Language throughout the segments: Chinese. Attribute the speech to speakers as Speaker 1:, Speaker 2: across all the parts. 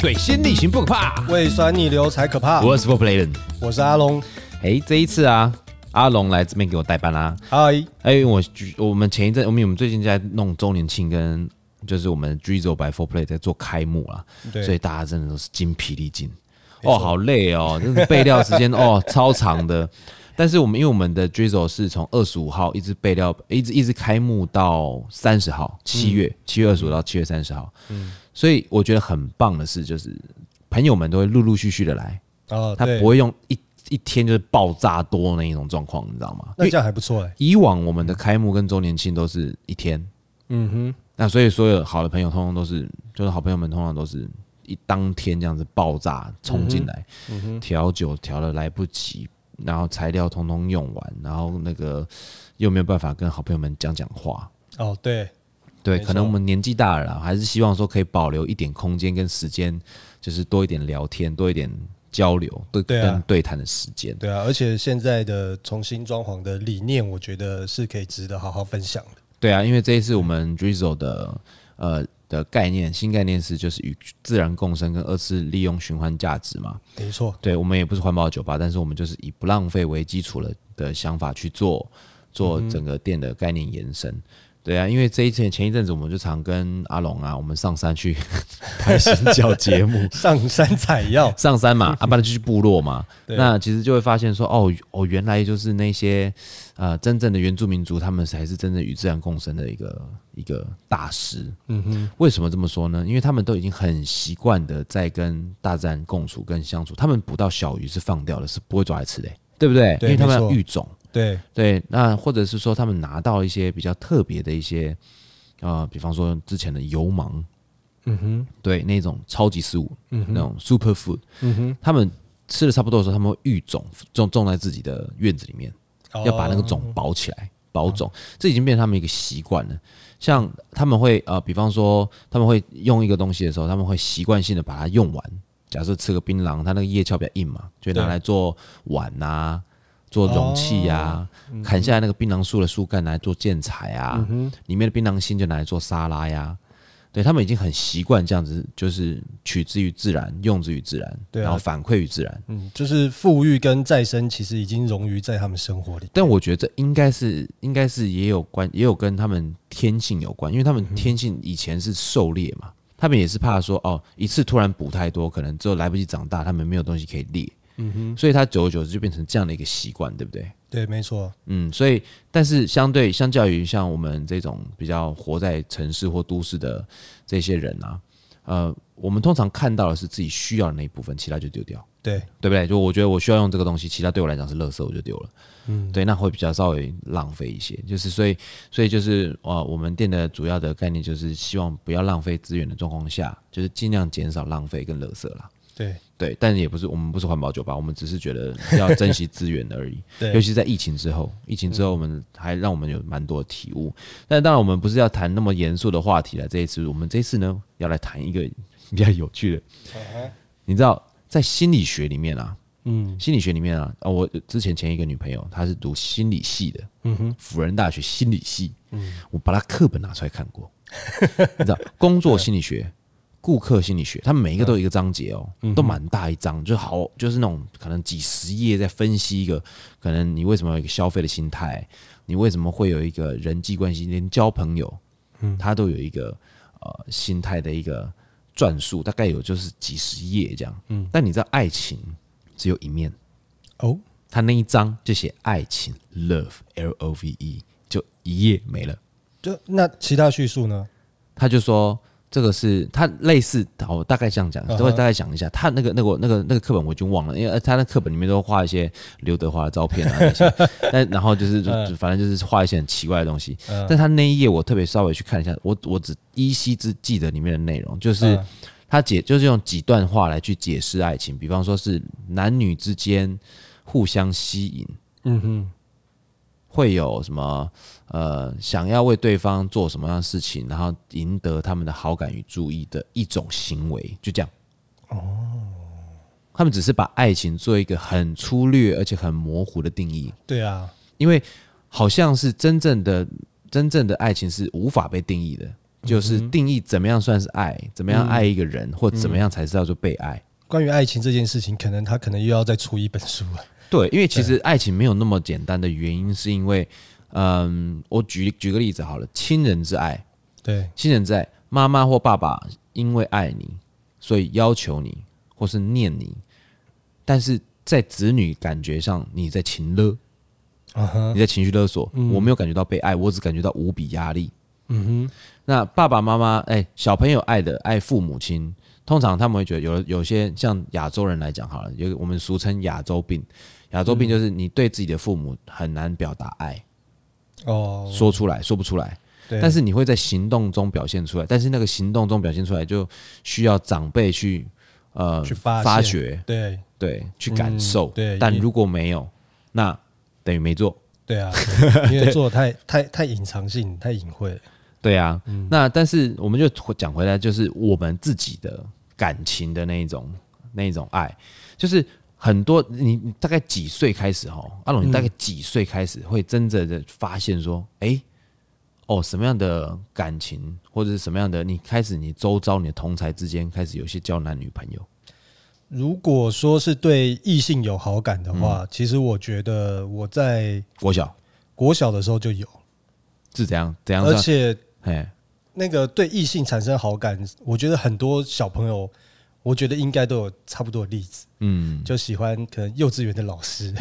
Speaker 1: 水先逆行不可怕。
Speaker 2: 胃酸逆流才可怕。
Speaker 1: 我是 For Playen。
Speaker 2: 我是阿龙，
Speaker 1: 哎，这一次啊，阿龙来这边给我代班啦、
Speaker 2: 嗨，
Speaker 1: 哎、我举我们前一阵，我们我们最近在弄周年庆跟。就是我们 Drizzle by Four Play 在做开幕啦，
Speaker 2: 对
Speaker 1: 所以大家真的都是精疲力尽哦，好累哦，真是备料时间哦超长的。但是我们因为我们的 Drizzle 是从二十五号一直备料，一直一直开幕到三十号，七月七、月二十五到七月三十号，所以我觉得很棒的是，就是朋友们都会陆陆续续的来，
Speaker 2: 哦，
Speaker 1: 他
Speaker 2: 对
Speaker 1: 不，会用一一天就是爆炸多那一种状况，你知道吗？
Speaker 2: 那这样还不错哎。
Speaker 1: 以往我们的开幕跟周年庆都是一天，
Speaker 2: 嗯哼，
Speaker 1: 那所以所有好的朋友通通都是，就是好朋友们通常都是一当天这样子爆炸冲进来，
Speaker 2: 嗯
Speaker 1: 调、酒调的来不及，然后材料通通用完，然后那个又没有办法跟好朋友们讲讲话。
Speaker 2: 哦，对，
Speaker 1: 对，
Speaker 2: 没
Speaker 1: 可能
Speaker 2: 错
Speaker 1: 我们年纪大了啦，还是希望说可以保留一点空间跟时间，就是多一点聊天，多一点交流，对
Speaker 2: 对啊
Speaker 1: 跟对谈的时间。
Speaker 2: 对啊，而且现在的重新装潢的理念，我觉得是可以值得好好分享的。
Speaker 1: 对啊，因为这一次我们 Drizzle 的呃的概念，新概念是就是与自然共生跟二次利用循环价值嘛。
Speaker 2: 没错，
Speaker 1: 对，我们也不是环保酒吧，但是我们就是以不浪费为基础了的想法去做做整个店的概念延伸。对啊，因为这一前前一阵子我们就常跟阿龙啊，我们上山去拍行脚节目，，
Speaker 2: 上山采药
Speaker 1: 上山 嘛，啊，不然就去部落嘛。
Speaker 2: 对
Speaker 1: 那其实就会发现说，哦哦，原来就是那些呃真正的原住民族，他们才是真正与自然共生的一个一个大师。
Speaker 2: 嗯哼，
Speaker 1: 为什么这么说呢？因为他们都已经很习惯的在跟大自然共处跟相处，他们捕到小鱼是放掉的，是不会抓来吃的、对不对？
Speaker 2: 对
Speaker 1: 因为他们
Speaker 2: 没
Speaker 1: 要
Speaker 2: 错
Speaker 1: 育种。
Speaker 2: 对，
Speaker 1: 对，那或者是说他们拿到一些比较特别的一些，呃，比方说之前的油芒，
Speaker 2: 嗯哼，
Speaker 1: 对那种超级食物，
Speaker 2: 嗯
Speaker 1: 那种 super food，
Speaker 2: 嗯哼，
Speaker 1: 他们吃的差不多的时候，他们会育种，种种在自己的院子里面，
Speaker 2: 哦
Speaker 1: 要把那个种保起来，保种，这已经变成他们一个习惯了。像他们会呃，比方说他们会用一个东西的时候，他们会习惯性的把它用完。假设吃个槟榔，它那个叶鞘比较硬嘛，就拿
Speaker 2: 对
Speaker 1: 来做碗啊，做容器呀、
Speaker 2: 哦嗯
Speaker 1: 砍下来那个槟榔树的树干拿来做建材啊，里面的槟榔心就拿来做沙拉呀。对他们已经很习惯这样子，就是取之于自然，用之于自然，
Speaker 2: 对啊
Speaker 1: 然后反馈于自然。
Speaker 2: 嗯，就是富裕跟再生其实已经融于在他们生活里。
Speaker 1: 但我觉得这应该是应该是也有关，也有跟他们天性有关，因为他们天性以前是狩猎嘛，他们也是怕说哦一次突然捕太多，可能之后来不及长大，他们没有东西可以猎，
Speaker 2: 嗯哼，
Speaker 1: 所以他久而久之就变成这样的一个习惯，对不对？
Speaker 2: 对，没错，
Speaker 1: 嗯，所以但是相对相较于像我们这种比较活在城市或都市的这些人啊，呃，我们通常看到的是自己需要的那一部分，其他就丢掉。
Speaker 2: 对，
Speaker 1: 对不对？就我觉得我需要用这个东西，其他对我来讲是垃圾，我就丢了。嗯，对，那会比较稍微浪费一些。就是所以，所以就是呃，我们店的主要的概念就是希望不要浪费资源的状况下，就是尽量减少浪费跟垃圾啦。
Speaker 2: 对，
Speaker 1: 对，但也不是我们不是环保酒吧，我们只是觉得要珍惜资源而已。
Speaker 2: 对嗯
Speaker 1: 尤其在疫情之后，疫情之后我们还让我们有蛮多的体悟。但当然，我们不是要谈那么严肃的话题了。这一次，我们这一次呢，要来谈一个比较有趣的。
Speaker 2: 啊
Speaker 1: 你知道，在心理学里面啊，
Speaker 2: 嗯
Speaker 1: 心理学里面啊，啊，我之前前一个女朋友，她是读心理系的，
Speaker 2: 嗯哼，
Speaker 1: 辅仁大学心理系，嗯，我把她课本拿出来看过， 你知道，工作心理学、顾客心理学，他们每一个都有一个章节哦，都蛮大一章，就好，就是那种可能几十页在分析一个，可能你为什么有一个消费的心态，你为什么会有一个人际关系，连交朋友，嗯，他都有一个呃心态的一个转述，大概有就是几十页这样，嗯，但你知道爱情只有一面。
Speaker 2: 哦，
Speaker 1: 他那一章就写爱情 love l o v e，就一页没了。
Speaker 2: 就那其他叙述呢？
Speaker 1: 他就说这个是他类似，好，我大概这样讲，
Speaker 2: 嗯哼
Speaker 1: 等会大概讲一下。他那个那个那个那个课本我已经忘了，因为他那课本里面都画一些刘德华的照片啊那些，但然后就是就反正就是画一些很奇怪的东西。但他那一页我特别稍微去看一下，我我只依稀只记得里面的内容，就是
Speaker 2: 嗯
Speaker 1: 他解就是用几段话来去解释爱情，比方说是男女之间互相吸引。
Speaker 2: 嗯哼，
Speaker 1: 会有什么呃，想要为对方做什么样的事情，然后赢得他们的好感与注意的一种行为，就这样。哦，他们只是把爱情做一个很粗略而且很模糊的定义，
Speaker 2: 对啊，
Speaker 1: 因为好像是真正的真正的爱情是无法被定义的，就是定义怎么样算是爱，怎么样爱一个人，或怎么样才知道就被爱。
Speaker 2: 关于爱情这件事情，可能他可能又要再出一本书了。
Speaker 1: 嗯对，因为其实爱情没有那么简单的原因，是因为，嗯，我举举个例子好了，亲人之爱，
Speaker 2: 对，
Speaker 1: 亲人之爱，妈妈或爸爸因为爱你，所以要求你或是念你，但是在子女感觉上，你在情勒，
Speaker 2: 啊哈，
Speaker 1: 你在情绪勒索，我没有感觉到被爱，我只感觉到无比压力。
Speaker 2: 嗯哼，
Speaker 1: 那爸爸妈妈，哎、小朋友爱的爱父母亲，通常他们会觉得有有些像亚洲人来讲好了，有我们俗称亚洲病，亚
Speaker 2: 嗯
Speaker 1: 洲病就是你对自己的父母很难表达爱，
Speaker 2: 哦，
Speaker 1: 说出来说不出来，
Speaker 2: 对，
Speaker 1: 但是你会在行动中表现出来，但是那个行动中表现出来就需要长辈去呃
Speaker 2: 去发现
Speaker 1: 发掘，
Speaker 2: 对
Speaker 1: 对，去感受，
Speaker 2: 对
Speaker 1: 但
Speaker 2: 也
Speaker 1: 如果没有，那等于没做。
Speaker 2: 对 啊，因为做得太太太隐藏性、太隐晦了。
Speaker 1: 对啊，
Speaker 2: 嗯
Speaker 1: 那但是我们就讲回来，就是我们自己的感情的那一种那一种爱，就是很多你你大概几岁开始哈，阿
Speaker 2: 嗯
Speaker 1: 龙，你大概几岁开始会真正的发现说，哎、哦，什么样的感情或者是什么样的，你开始你周遭你的同才之间开始有些交男女朋友，
Speaker 2: 如果说是对异性有好感的
Speaker 1: 嗯
Speaker 2: 话，其实我觉得我在
Speaker 1: 国小
Speaker 2: 国小的时候就有，
Speaker 1: 是怎样怎样
Speaker 2: 而
Speaker 1: 算？
Speaker 2: 且
Speaker 1: 哎，
Speaker 2: 那个对异性产生好感，我觉得很多小朋友，我觉得应该都有差不多的例子，
Speaker 1: 嗯，
Speaker 2: 就喜欢可能幼稚园的老 师，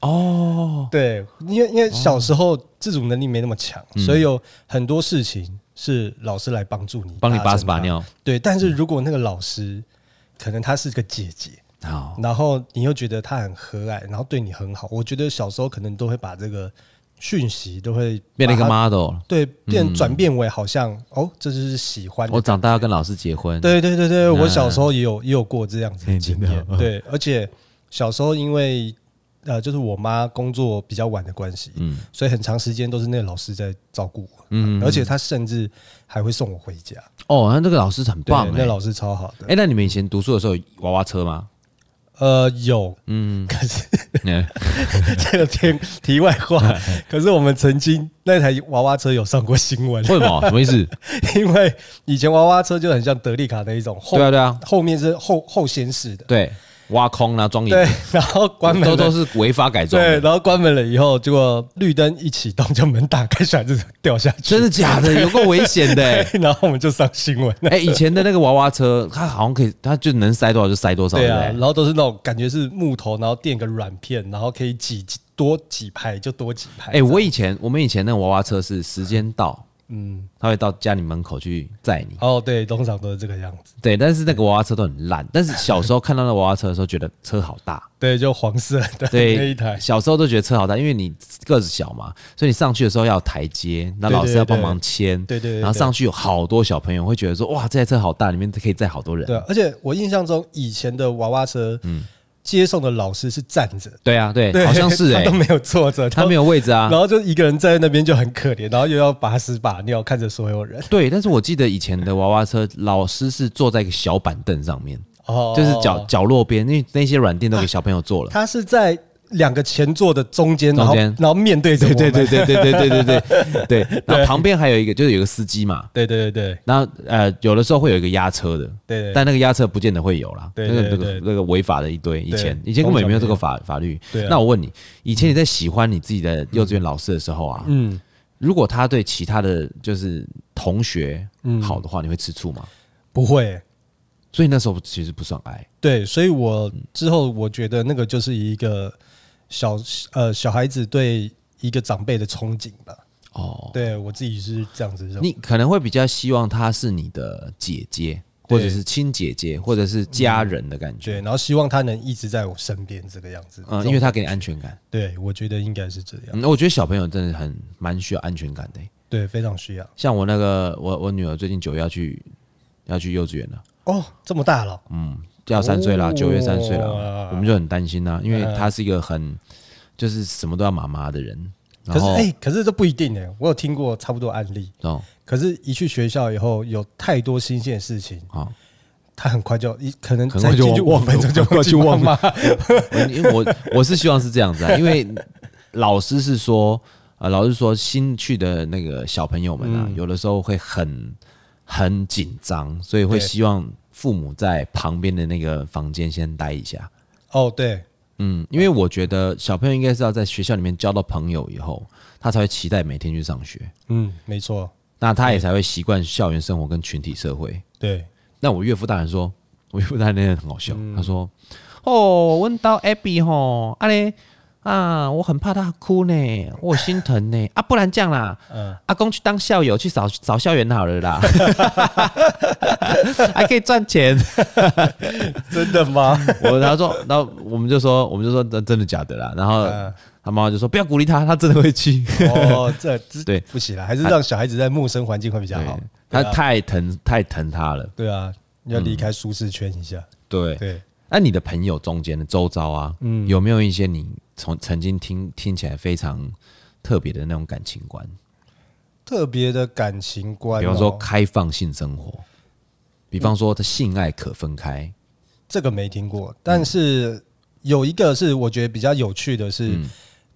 Speaker 1: 哦，
Speaker 2: 对，因为因为小时候自主能力没那么强，
Speaker 1: 嗯
Speaker 2: 所以有很多事情是老师来帮助你，
Speaker 1: 帮你
Speaker 2: 达
Speaker 1: 把屎
Speaker 2: 成它
Speaker 1: 把。尿，
Speaker 2: 对，但
Speaker 1: 嗯
Speaker 2: 是如果那个老师可能她是个姐姐，
Speaker 1: 好，
Speaker 2: 然后你又觉得她很和蔼，然后对你很好，我觉得小时候可能都会把这个讯息都会
Speaker 1: 变了一个
Speaker 2: 把它，
Speaker 1: model，
Speaker 2: 对，变
Speaker 1: 嗯哦
Speaker 2: 转变为好像、哦，这就是喜欢的
Speaker 1: 我长大要跟老师结婚，
Speaker 2: 对对对对，
Speaker 1: 那
Speaker 2: 我小时候也有也有过这样子的经
Speaker 1: 嗯嘿
Speaker 2: 验
Speaker 1: 真的。哦
Speaker 2: 对，而且小时候因为呃，就是我妈工作比较晚的关系，
Speaker 1: 嗯
Speaker 2: 所以很长时间都是那个老师在照顾我，
Speaker 1: 嗯，
Speaker 2: 而且她甚至还会送我回家。
Speaker 1: 哦，那这个老师很
Speaker 2: 对
Speaker 1: 棒，哎、
Speaker 2: 那老师超好的。
Speaker 1: 哎那你们以前读书的时候有娃娃车 吗？
Speaker 2: 呃，有，
Speaker 1: 嗯，
Speaker 2: 可是
Speaker 1: 嗯
Speaker 2: 这个题题外 话，可是我们曾经那台娃娃车有上过新 闻
Speaker 1: 为，什么？什么意 思？
Speaker 2: 因为以前娃娃车就很像德利卡那一种，后
Speaker 1: 对啊，对啊，
Speaker 2: 后面是后后掀式的，
Speaker 1: 对，挖空啦、装
Speaker 2: 对
Speaker 1: 眼，，
Speaker 2: 然后关门
Speaker 1: 都
Speaker 2: 了
Speaker 1: 都是违法改装
Speaker 2: 对，
Speaker 1: 的，
Speaker 2: 然后关门了以后，结果绿灯一启动，就门打开，小孩子掉下去，
Speaker 1: 真的 假的？有够危险的、哎
Speaker 2: 然后我们就上新 闻了。
Speaker 1: 哎、以前的那个娃娃车，它好像可以，它就能塞多少就塞多少，
Speaker 2: 对
Speaker 1: 对不
Speaker 2: 啊，
Speaker 1: 对
Speaker 2: 然？后都是那种感觉是木头，然后垫个软片，然后可以挤挤多几排就多几排。
Speaker 1: 哎、我以前我们以前那个娃娃车是时间到，嗯，他会到家里门口去载你，
Speaker 2: 哦，对，通常都是这个样子。
Speaker 1: 对。但是那个娃娃车都很烂，但是小时候看到那娃娃车的时候，觉得车好大，
Speaker 2: 对，就黄色的那一
Speaker 1: 对
Speaker 2: 台，。
Speaker 1: 小时候都觉得车好大，因为你个子小嘛，所以你上去的时候要有台阶，那
Speaker 2: 对
Speaker 1: 老师
Speaker 2: 对
Speaker 1: 要帮
Speaker 2: 对
Speaker 1: 忙牵，
Speaker 2: 对对对
Speaker 1: 然后
Speaker 2: 对
Speaker 1: 上去有好多小朋友会觉得说，哇，这台车好大，里面可以载好多人。
Speaker 2: 对啊，而且我印象中以前的娃娃车，接送的老师是站着，
Speaker 1: 对啊，嗯对，
Speaker 2: 对，
Speaker 1: 好像是
Speaker 2: 他
Speaker 1: 哎
Speaker 2: 都，没有坐着，
Speaker 1: 他没
Speaker 2: 有，
Speaker 1: 有位置啊
Speaker 2: 然。后就一个人站在那边就很可怜，然后又要把屎把尿看着所有人。
Speaker 1: 对，但是我记得以前的娃娃车，老师是坐在一个小板凳上面，
Speaker 2: 哦，
Speaker 1: 就是角角落边，因为那些软垫都给小朋友坐了。
Speaker 2: 他是在两个前座的中间，然
Speaker 1: 中
Speaker 2: 后
Speaker 1: 间
Speaker 2: 然后面 对着我
Speaker 1: 对对
Speaker 2: 们，
Speaker 1: 对对对对对对对 对，然后旁边还有一个就是有个司机嘛，
Speaker 2: 对对对对
Speaker 1: 然后呃有的时候会有一个压车的，
Speaker 2: 对对
Speaker 1: 但那个压车不见得会有啦，
Speaker 2: 对
Speaker 1: 那个
Speaker 2: 对
Speaker 1: 那个
Speaker 2: 对
Speaker 1: 那个违法的一堆，以前
Speaker 2: 对
Speaker 1: 以前根本也没有这个法法律
Speaker 2: 对啊。
Speaker 1: 那我问你，以前你在喜欢你自己的幼稚园老师的时候啊，
Speaker 2: 嗯，
Speaker 1: 如果他对其他的就是同学
Speaker 2: 嗯
Speaker 1: 好的话，你会吃醋吗？
Speaker 2: 不会。
Speaker 1: 所以那时候其实不算爱，
Speaker 2: 对，所以我之后我觉得那个就是一个小呃小孩子对一个长辈的憧憬吧。
Speaker 1: 哦，
Speaker 2: 对我自己是这样子认为。
Speaker 1: 你可能会比较希望她是你的姐姐，
Speaker 2: 对
Speaker 1: 或
Speaker 2: 嗯
Speaker 1: 者是亲姐姐，或者是家人的感
Speaker 2: 对，
Speaker 1: 觉，
Speaker 2: 然后希望他能一直在我身边这个样子。
Speaker 1: 嗯，因为她给你安全感。
Speaker 2: 对我觉得应该是这样。
Speaker 1: 嗯，我觉得小朋友真的很蛮需要安全感的欸、
Speaker 2: 对，非常需要。
Speaker 1: 像我那个我我女儿最近九月要去要去幼稚园了，
Speaker 2: 哦，这么大了，
Speaker 1: 嗯，要三岁啦，
Speaker 2: 哦啊
Speaker 1: 九月三岁了，嗯我们就很担心啦，因为她是一个很就是什么都要妈妈的人，
Speaker 2: 可
Speaker 1: 然
Speaker 2: 是
Speaker 1: 后
Speaker 2: 哎、可是这不一定哎、我有听过差不多案例，
Speaker 1: 哦
Speaker 2: 可是，一去学校以后，有太多新鲜的事情，
Speaker 1: 好，
Speaker 2: 他很快就一可能
Speaker 1: 可
Speaker 2: 才
Speaker 1: 能就
Speaker 2: 进去五
Speaker 1: 忘
Speaker 2: 分钟就
Speaker 1: 很快就忘
Speaker 2: 了。
Speaker 1: 我因为我我是希望是这样子 啊，因为老师
Speaker 2: 嗯
Speaker 1: 是说，呃，老师说新去的那个小朋友们啊，有的时候会很很紧张，所以会
Speaker 2: 对
Speaker 1: 希望父母在旁边的那个房间先待一下。
Speaker 2: 哦，对，
Speaker 1: 嗯，因为我觉得小朋友应该是要在学校里面交到朋友以后，他才会期待每天去上学，
Speaker 2: 嗯，没错，
Speaker 1: 那他也才会习惯校园生活跟群体社会。
Speaker 2: 对，
Speaker 1: 那我岳父大人说，我岳父大人那天很好笑，他说：“哦，问到 Abby 吼，啊嘞啊，我很怕他哭呢，我心疼呢，啊，不然这样啦，啊
Speaker 2: 嗯
Speaker 1: 阿公去当校友，去扫扫校园好了啦， 啊还可以赚钱。
Speaker 2: 真的吗？
Speaker 1: 我他说，然后我们就说，我们就说真真的假的啦。然后
Speaker 2: 嗯
Speaker 1: 他妈妈就说不要鼓励他，他真的会 去。
Speaker 2: 哦， 这这
Speaker 1: 对
Speaker 2: 不行了，还是让小孩子在陌生环境会比较
Speaker 1: 对
Speaker 2: 好。
Speaker 1: 他
Speaker 2: 对啊
Speaker 1: 太疼太疼他了。
Speaker 2: 对啊，要离开舒适圈一下。
Speaker 1: 嗯对，
Speaker 2: 对，
Speaker 1: 那你的朋友中间的周遭啊，
Speaker 2: 嗯
Speaker 1: 有没有一些你从曾经听听起来非常特别的那种感情观？
Speaker 2: 特别的感情观哦，
Speaker 1: 比方说开放性生活，比方说他性爱可分开，
Speaker 2: 这个没听过，但是有一个是我觉得比较有趣的
Speaker 1: 嗯
Speaker 2: 是，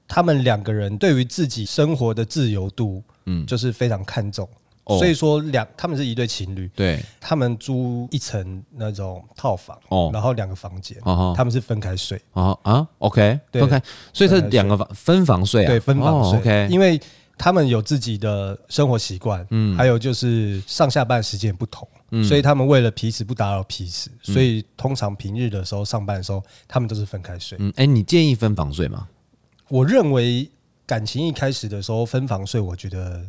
Speaker 2: 他们两个人对于自己生活的自由度，
Speaker 1: 嗯
Speaker 2: 嗯，就是非常看重。
Speaker 1: 哦
Speaker 2: 所以说两他们是一对情侣，
Speaker 1: 对，
Speaker 2: 他们租一层那种套房，
Speaker 1: 哦
Speaker 2: 然后两个房间，
Speaker 1: 哦
Speaker 2: 他们是分开睡，
Speaker 1: 哦啊，OK，
Speaker 2: 对
Speaker 1: 分开，所以
Speaker 2: 分
Speaker 1: 是
Speaker 2: 开
Speaker 1: 两个房分房睡啊，
Speaker 2: 对，分房
Speaker 1: 哦、
Speaker 2: 睡、
Speaker 1: ，OK，
Speaker 2: 因为他们有自己的生活习惯，嗯，还有就是上下班时间不同。
Speaker 1: 嗯
Speaker 2: 所以他们为了彼此不打扰彼此，所以通常平日的时候上班的时候，他们都是分开睡。
Speaker 1: 嗯，哎、你建议分房睡吗？
Speaker 2: 我认为感情一开始的时候分房睡，我觉得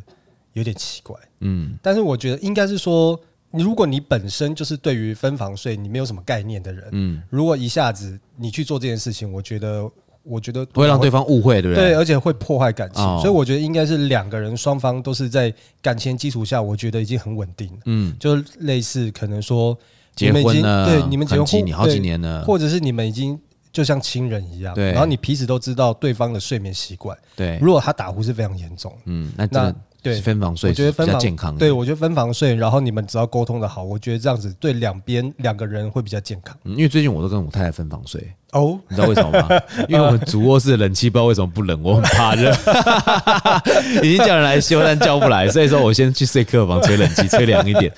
Speaker 2: 有点奇怪。
Speaker 1: 嗯，
Speaker 2: 但是我觉得应该是说，如果你本身就是对于分房睡你没有什么概念的人，
Speaker 1: 嗯
Speaker 2: 嗯，如果一下子你去做这件事情，我觉得，我觉得
Speaker 1: 不会让对方误会，对不
Speaker 2: 对，
Speaker 1: 对？
Speaker 2: 而且会破坏感情。
Speaker 1: 哦
Speaker 2: 所以我觉得应该是两个人双方都是在感情基础下，我觉得已经很稳定了。
Speaker 1: 嗯，
Speaker 2: 就类似可能说
Speaker 1: 结
Speaker 2: 你们已
Speaker 1: 婚
Speaker 2: 经
Speaker 1: 了，
Speaker 2: 对你们结
Speaker 1: 很
Speaker 2: 婚
Speaker 1: 几年好几
Speaker 2: 对
Speaker 1: 年了，
Speaker 2: 或者是你们已经就像亲人一样，
Speaker 1: 对
Speaker 2: 然后你彼此都知道对方的睡眠习惯。
Speaker 1: 对，
Speaker 2: 如果他打呼是非常严重的，
Speaker 1: 嗯，那真
Speaker 2: 那
Speaker 1: 的
Speaker 2: 对
Speaker 1: 分房睡
Speaker 2: 我
Speaker 1: 是
Speaker 2: 觉得
Speaker 1: 比
Speaker 2: 分
Speaker 1: 较
Speaker 2: 房
Speaker 1: 健康的，
Speaker 2: 对我觉得分房睡，然后你们只要沟通的好，我觉得这样子对两边两个人会比较健康。
Speaker 1: 嗯因为最近我都跟我太太分房睡，
Speaker 2: 哦，
Speaker 1: 你知道为什么 吗？因为我们主卧室的冷气不知道为什么不冷，我很怕 热，已经叫人来修，但叫不来，所以说我先去睡客房吹冷气，吹凉一 点。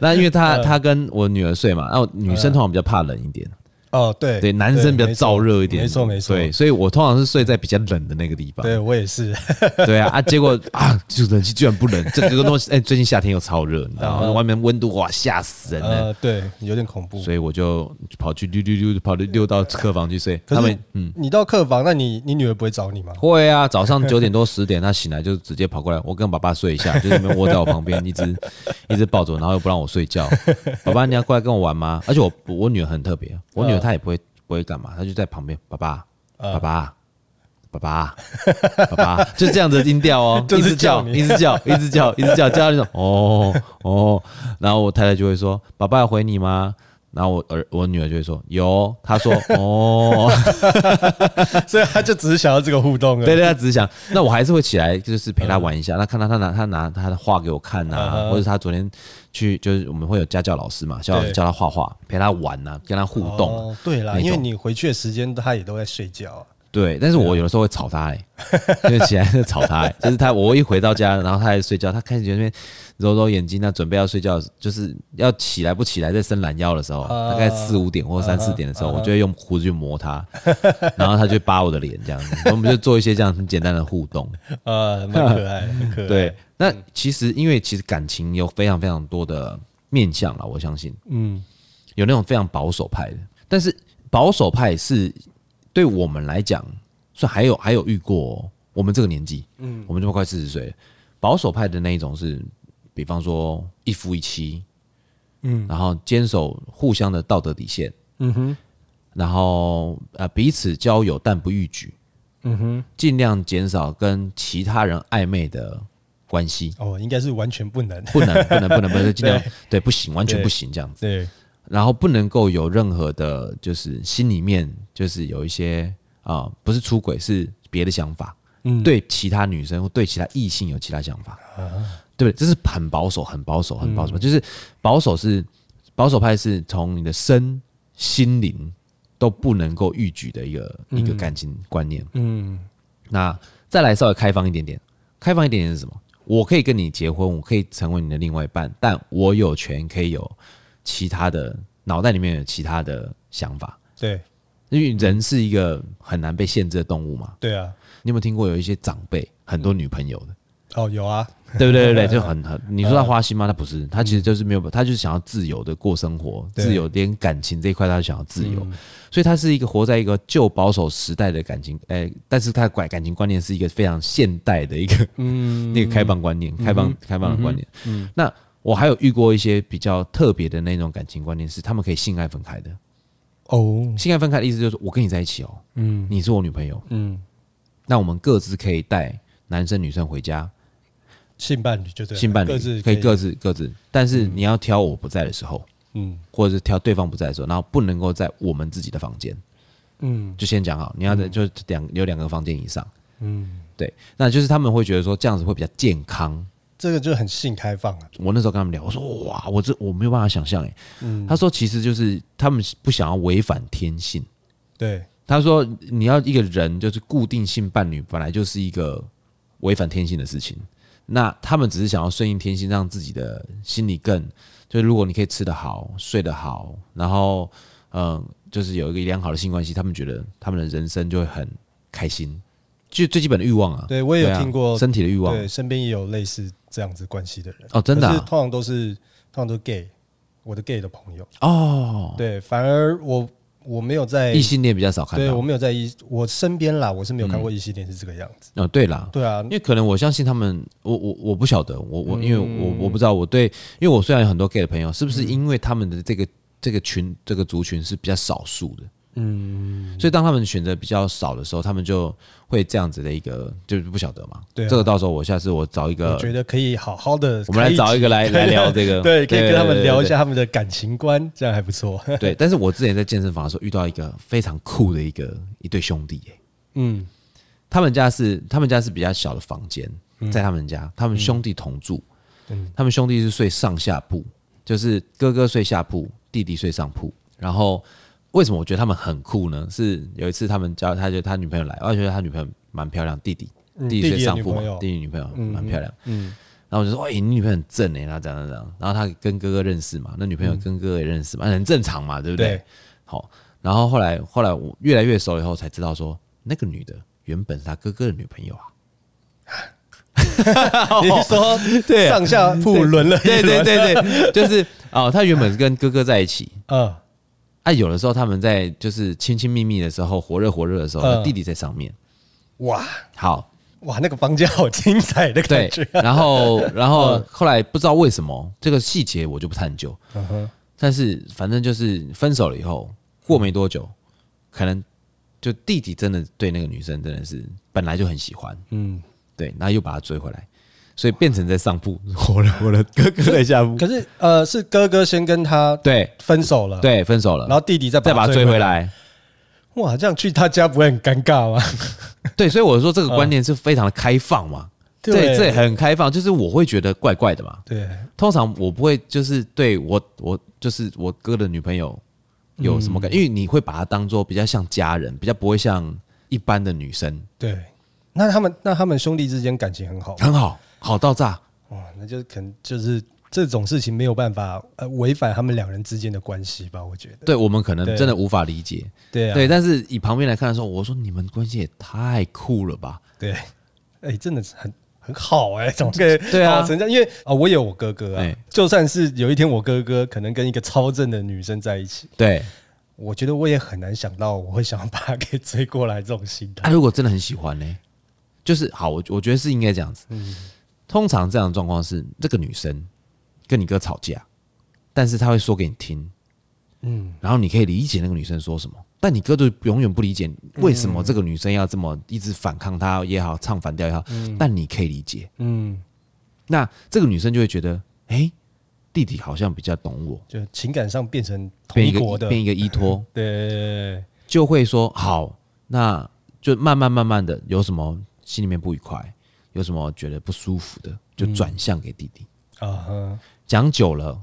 Speaker 1: 那因为她
Speaker 2: 嗯
Speaker 1: 她跟我女儿睡嘛，然后女生通常比较怕冷一点，
Speaker 2: 哦，对
Speaker 1: 对，男生比较
Speaker 2: 没错
Speaker 1: 燥热一点，
Speaker 2: 没错没错，
Speaker 1: 对，所以我通常是睡在比较冷的那个地方，
Speaker 2: 对我也是，
Speaker 1: 对啊啊，结果啊，就冷气居然不冷，这这个东西，哎，最近夏天又超热，你知道
Speaker 2: 嗯
Speaker 1: 吗？外面温度哇吓死人了。
Speaker 2: 呃，对，有点恐怖。
Speaker 1: 所以我就跑去溜溜溜，跑溜溜到客房去睡。他
Speaker 2: 可
Speaker 1: 们
Speaker 2: 是，你到客房，那你你女儿不会找你吗？
Speaker 1: 会啊，早上九点多十点，他醒来就直接跑过来，我跟爸爸睡一 下，就是你们窝在我旁边，一直一直抱着我，然后又不让我睡 觉。爸爸，你要过来跟我玩吗？而且我我女儿很特别，我
Speaker 2: 嗯
Speaker 1: 女儿她也不会不会干嘛，她就在旁边，爸爸，爸爸。爸爸，爸爸，就这样子的音调哦，
Speaker 2: 就是
Speaker 1: 一直叫，
Speaker 2: 叫你
Speaker 1: 一直叫，一直叫，一直叫，叫到那 种哦哦，然后我太太就会说：“爸爸要回你吗？”然后我儿我女儿就会说：“有。”她说：“哦。”
Speaker 2: 所以 她就只是想要这个互动而已。
Speaker 1: 对对，他只是想，那我还是会起来，就是陪他玩一下。那看到他拿他拿他的画给我看呐、
Speaker 2: 嗯哼
Speaker 1: 或者他昨天去，就是我们会有家教老师嘛，教老师
Speaker 2: 对
Speaker 1: 教他画画，陪他玩呐、跟他互动、啊
Speaker 2: 哦。对
Speaker 1: 那
Speaker 2: 啦，
Speaker 1: 种
Speaker 2: 因为你回去的时间她也都在睡觉 啊。
Speaker 1: 对，但是我有的时候会吵他、 欸，就是起来就吵他、欸，就是他我一回到家，然后他还睡觉，他开始在那边揉揉眼睛，那啊准备要睡觉，就是要起来不起来，在伸懒腰的时候，
Speaker 2: 啊
Speaker 1: 大概四五点或三四点的时候，我就会用胡子去磨他，然后他就扒我的脸这样子，我们就做一些这样很简单的互动。
Speaker 2: 呃，蛮可爱，很可爱。
Speaker 1: 对，，嗯那其实因为其实感情有非常非常多的面向啦，我相信
Speaker 2: 嗯，
Speaker 1: 有那种非常保守派的，但是保守派是对我们来讲，算还有还有遇过、哦，我们这个年纪，嗯，我们这么快四十岁了，保守派的那一种是，比方说一夫一妻，嗯，然后坚守互相的道德底线，
Speaker 2: 嗯哼，
Speaker 1: 然后呃彼此交友但不逾矩，
Speaker 2: 嗯哼，
Speaker 1: 尽量减少跟其他人暧昧的关系，
Speaker 2: 哦，应该是完全不能。
Speaker 1: 不能不能不能不能，尽量对不行，完全不行这样子。
Speaker 2: 对，
Speaker 1: 然后不能够有任何的，就是心里面就是有一些啊、不是出轨，是别的想法，
Speaker 2: 嗯，
Speaker 1: 对其他女生或对其他异性有其他想法，对不对？这是很保守，很保守，很保守，就是保守是保守派是从你的身心灵都不能够逾矩的一个、一个感情观念。
Speaker 2: 嗯，
Speaker 1: 那再来稍微开放一点点，开放一点点是什么？我可以跟你结婚，我可以成为你的另外一半，但我有权可以有其他的脑袋里面有其他的想法，
Speaker 2: 对
Speaker 1: 因为人是一个很难被限制的动物嘛。
Speaker 2: 对啊，
Speaker 1: 你有没有听过有一些长辈很多女朋友的？
Speaker 2: 哦有啊，
Speaker 1: 对不对？对不对，就很很，你说他花心吗？他不是，他其实就是没有，他就是想要自由的过生活，
Speaker 2: 嗯对
Speaker 1: 自由，连感情这一块他想要自由，所以他是一个活在一个旧保守时代的感情，哎、但是他的感感情观念是一个非常现代的一个、
Speaker 2: 嗯，
Speaker 1: 那个开放观念，开放开放的观念。嗯，那我还有遇过一些比较特别的那种感情观念，是他们可以性爱分开的。
Speaker 2: 哦，
Speaker 1: 性爱分开的意思就是我跟你在一起哦，
Speaker 2: 嗯
Speaker 1: 你是我女朋友，
Speaker 2: 嗯，
Speaker 1: 那我们各自可以带男生女生回家，
Speaker 2: 性伴侣就对了，
Speaker 1: 性伴
Speaker 2: 各自
Speaker 1: 侣可以各自各自，但是你要挑我不在的时候，
Speaker 2: 嗯
Speaker 1: 或者是挑对方不在的时候，然后不能够在我们自己的房间，
Speaker 2: 嗯
Speaker 1: 就先讲好，你要在就两有两个房间以上，
Speaker 2: 嗯，
Speaker 1: 对，那就是他们会觉得说这样子会比较健康。
Speaker 2: 这个就很性开放啊，
Speaker 1: 我那时候跟他们聊，我说哇，我这我没有办法想象哎，
Speaker 2: 嗯
Speaker 1: 他说其实就是他们不想要违反天性，
Speaker 2: 对
Speaker 1: 他说你要一个人就是固定性伴侣本来就是一个违反天性的事情，那他们只是想要顺应天性，让自己的心理更就是如果你可以吃得好、睡得好，然后嗯，就是有一个良好的性关系，他们觉得他们的人生就会很开心，就最基本的欲望啊。
Speaker 2: 对，我也
Speaker 1: 对
Speaker 2: 有
Speaker 1: 啊
Speaker 2: 听过，
Speaker 1: 身体的欲望
Speaker 2: 对，身边也有类似这样子关系的人，
Speaker 1: 哦，真的
Speaker 2: 可是
Speaker 1: 啊
Speaker 2: 通常都是通常都是 gay，我的 gay 的朋友，
Speaker 1: 哦，
Speaker 2: 对，反而我我没有在
Speaker 1: 异性恋啊比较少看
Speaker 2: 对我
Speaker 1: 到。
Speaker 2: 没有在异，我身边啦，我是没有
Speaker 1: 嗯
Speaker 2: 看过异性恋是这个样子。
Speaker 1: 哦，对啦，
Speaker 2: 对啊
Speaker 1: 因，为可能我相信他们，我我我不晓得，我我因为
Speaker 2: 嗯
Speaker 1: 我我不知道，我对，因为我虽然有很多 gay 的朋友，是不是因为他们的这个这个群这个族群是比较少数的，
Speaker 2: 嗯，
Speaker 1: 所以当他们选择比较少的时候，他们就会这样子的一个，就是不晓得嘛。
Speaker 2: 对啊
Speaker 1: 这个到时候我下次我找一个
Speaker 2: 我，觉得可以好好的，
Speaker 1: 我们来找一个来来聊这个，
Speaker 2: 对，可以跟他们
Speaker 1: 对。
Speaker 2: 聊一
Speaker 1: 对对
Speaker 2: 下他们的感情观，这样还不错。
Speaker 1: 对对，但是我之前在健身房的时候遇到一个非常酷的一个一对兄弟、欸，
Speaker 2: 嗯，
Speaker 1: 他们家是他们家是比较小的房间，在他们家，他们兄弟同住，
Speaker 2: 嗯
Speaker 1: 他们兄弟是睡上下铺，就是哥哥睡下铺，弟弟睡上铺。然后为什么我觉得他们很酷呢？是有一次他们家，他觉得他女朋友来，我觉得他女朋友蛮漂亮，弟弟
Speaker 2: 嗯
Speaker 1: 弟
Speaker 2: 弟
Speaker 1: 睡
Speaker 2: 弟的
Speaker 1: 上
Speaker 2: 女
Speaker 1: 铺嘛
Speaker 2: 朋友，
Speaker 1: 弟弟女朋友
Speaker 2: 嗯
Speaker 1: 蛮漂亮。
Speaker 2: 嗯
Speaker 1: 然后我就说：“哎、你女朋友很正哎、然后这样这样这样。”然后他跟哥哥认识嘛，那女朋友跟哥哥也认识嘛，很正常嘛，对不对？
Speaker 2: 对
Speaker 1: 好，然后后来后来我越来越熟了以后才知道说，那个女的原本是他哥哥的女朋友啊。
Speaker 2: 你是说
Speaker 1: 哦 对啊
Speaker 2: 上下铺轮了
Speaker 1: 对
Speaker 2: 一
Speaker 1: 对
Speaker 2: 轮，
Speaker 1: 对对，就是哦，他原本是跟哥哥在一起，
Speaker 2: 嗯，
Speaker 1: 啊，有的时候他们在就是亲亲密密的时候，火热火热的时候，
Speaker 2: 嗯
Speaker 1: 那弟弟在上面。
Speaker 2: 哇
Speaker 1: 好，
Speaker 2: 哇，那个房间好精彩的感
Speaker 1: 对
Speaker 2: 觉，。
Speaker 1: 然后然后后来不知道为什么这个细节我就不探究，
Speaker 2: 嗯哼，
Speaker 1: 但是反正就是分手了以后，过没多久，可能就弟弟真的对那个女生真的是本来就很喜欢，
Speaker 2: 嗯。
Speaker 1: 对，然后又把她追回来，所以变成在上铺，火热火热，哥哥在下铺，
Speaker 2: 可是呃，是哥哥先跟他
Speaker 1: 对
Speaker 2: 分手了，，
Speaker 1: 对，分手了，
Speaker 2: 然后弟弟再
Speaker 1: 再把她追回。来。
Speaker 2: 哇，这样去他家不会很尴尬吗？
Speaker 1: 对，所以我说这个观念是非常的开放嘛，
Speaker 2: 对
Speaker 1: 对，这也很开放，就是我会觉得怪怪的嘛。
Speaker 2: 对，
Speaker 1: 通常我不会就是对我我就是我哥的女朋友有什么感，因为你会把她当做比较像家人，比较不会像一般的女生，
Speaker 2: 对，那他们那他们兄弟之间感情很 好吗，
Speaker 1: 很好，好到炸。
Speaker 2: 哇，那就可能就是这种事情没有办法呃违反他们两人之间的关系吧？我觉得，
Speaker 1: 对我们可能
Speaker 2: 对
Speaker 1: 真的无法理解，
Speaker 2: 对啊，
Speaker 1: 对，但是以旁边来看的时候，我说你们关系也太酷了吧？
Speaker 2: 对，哎、真的是很很好 哎、怎么可以
Speaker 1: 对啊
Speaker 2: 好成这样？因为啊、我也有我哥哥啊，
Speaker 1: 哎
Speaker 2: 就算是有一天我哥哥可能跟一个超正的女生在一起，
Speaker 1: 对，
Speaker 2: 我觉得我也很难想到我会想要把他给追过来这种心态。
Speaker 1: 他、如果真的很喜欢呢、就是好，我我觉得是应该这样子。
Speaker 2: 嗯
Speaker 1: 通常这样的状况是，这个女生跟你哥吵架，但是她会说给你听，
Speaker 2: 嗯，
Speaker 1: 然后你可以理解那个女生说什么，但你哥就永远不理
Speaker 2: 嗯
Speaker 1: 解为什么这个女生要这么一直反抗他也好，唱反调也好，但你可以理解。
Speaker 2: 嗯，
Speaker 1: 那这个女生就会觉得，哎、弟弟好像比较懂我，
Speaker 2: 就情感上变成同
Speaker 1: 变
Speaker 2: 一
Speaker 1: 一个
Speaker 2: 国的，
Speaker 1: 变一个依 托，
Speaker 2: 对，
Speaker 1: 就会说好，那就慢慢慢慢的有什么心里面不愉快，有什么觉得不舒服的，就转向给弟弟。
Speaker 2: 啊哈，
Speaker 1: 讲久了，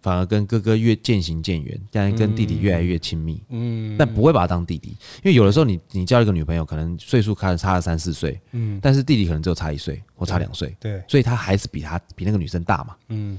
Speaker 1: 反而跟哥哥越渐行渐远，但跟弟弟越来越亲密。
Speaker 2: 嗯，
Speaker 1: 但不会把他当弟弟，因为有的时候你你交一个女朋友，可能岁数差差了三四岁，
Speaker 2: 嗯，
Speaker 1: 但是弟弟可能只有差一岁或差两岁，
Speaker 2: 对，
Speaker 1: 所以他还是比他比那个女生大嘛。
Speaker 2: 嗯，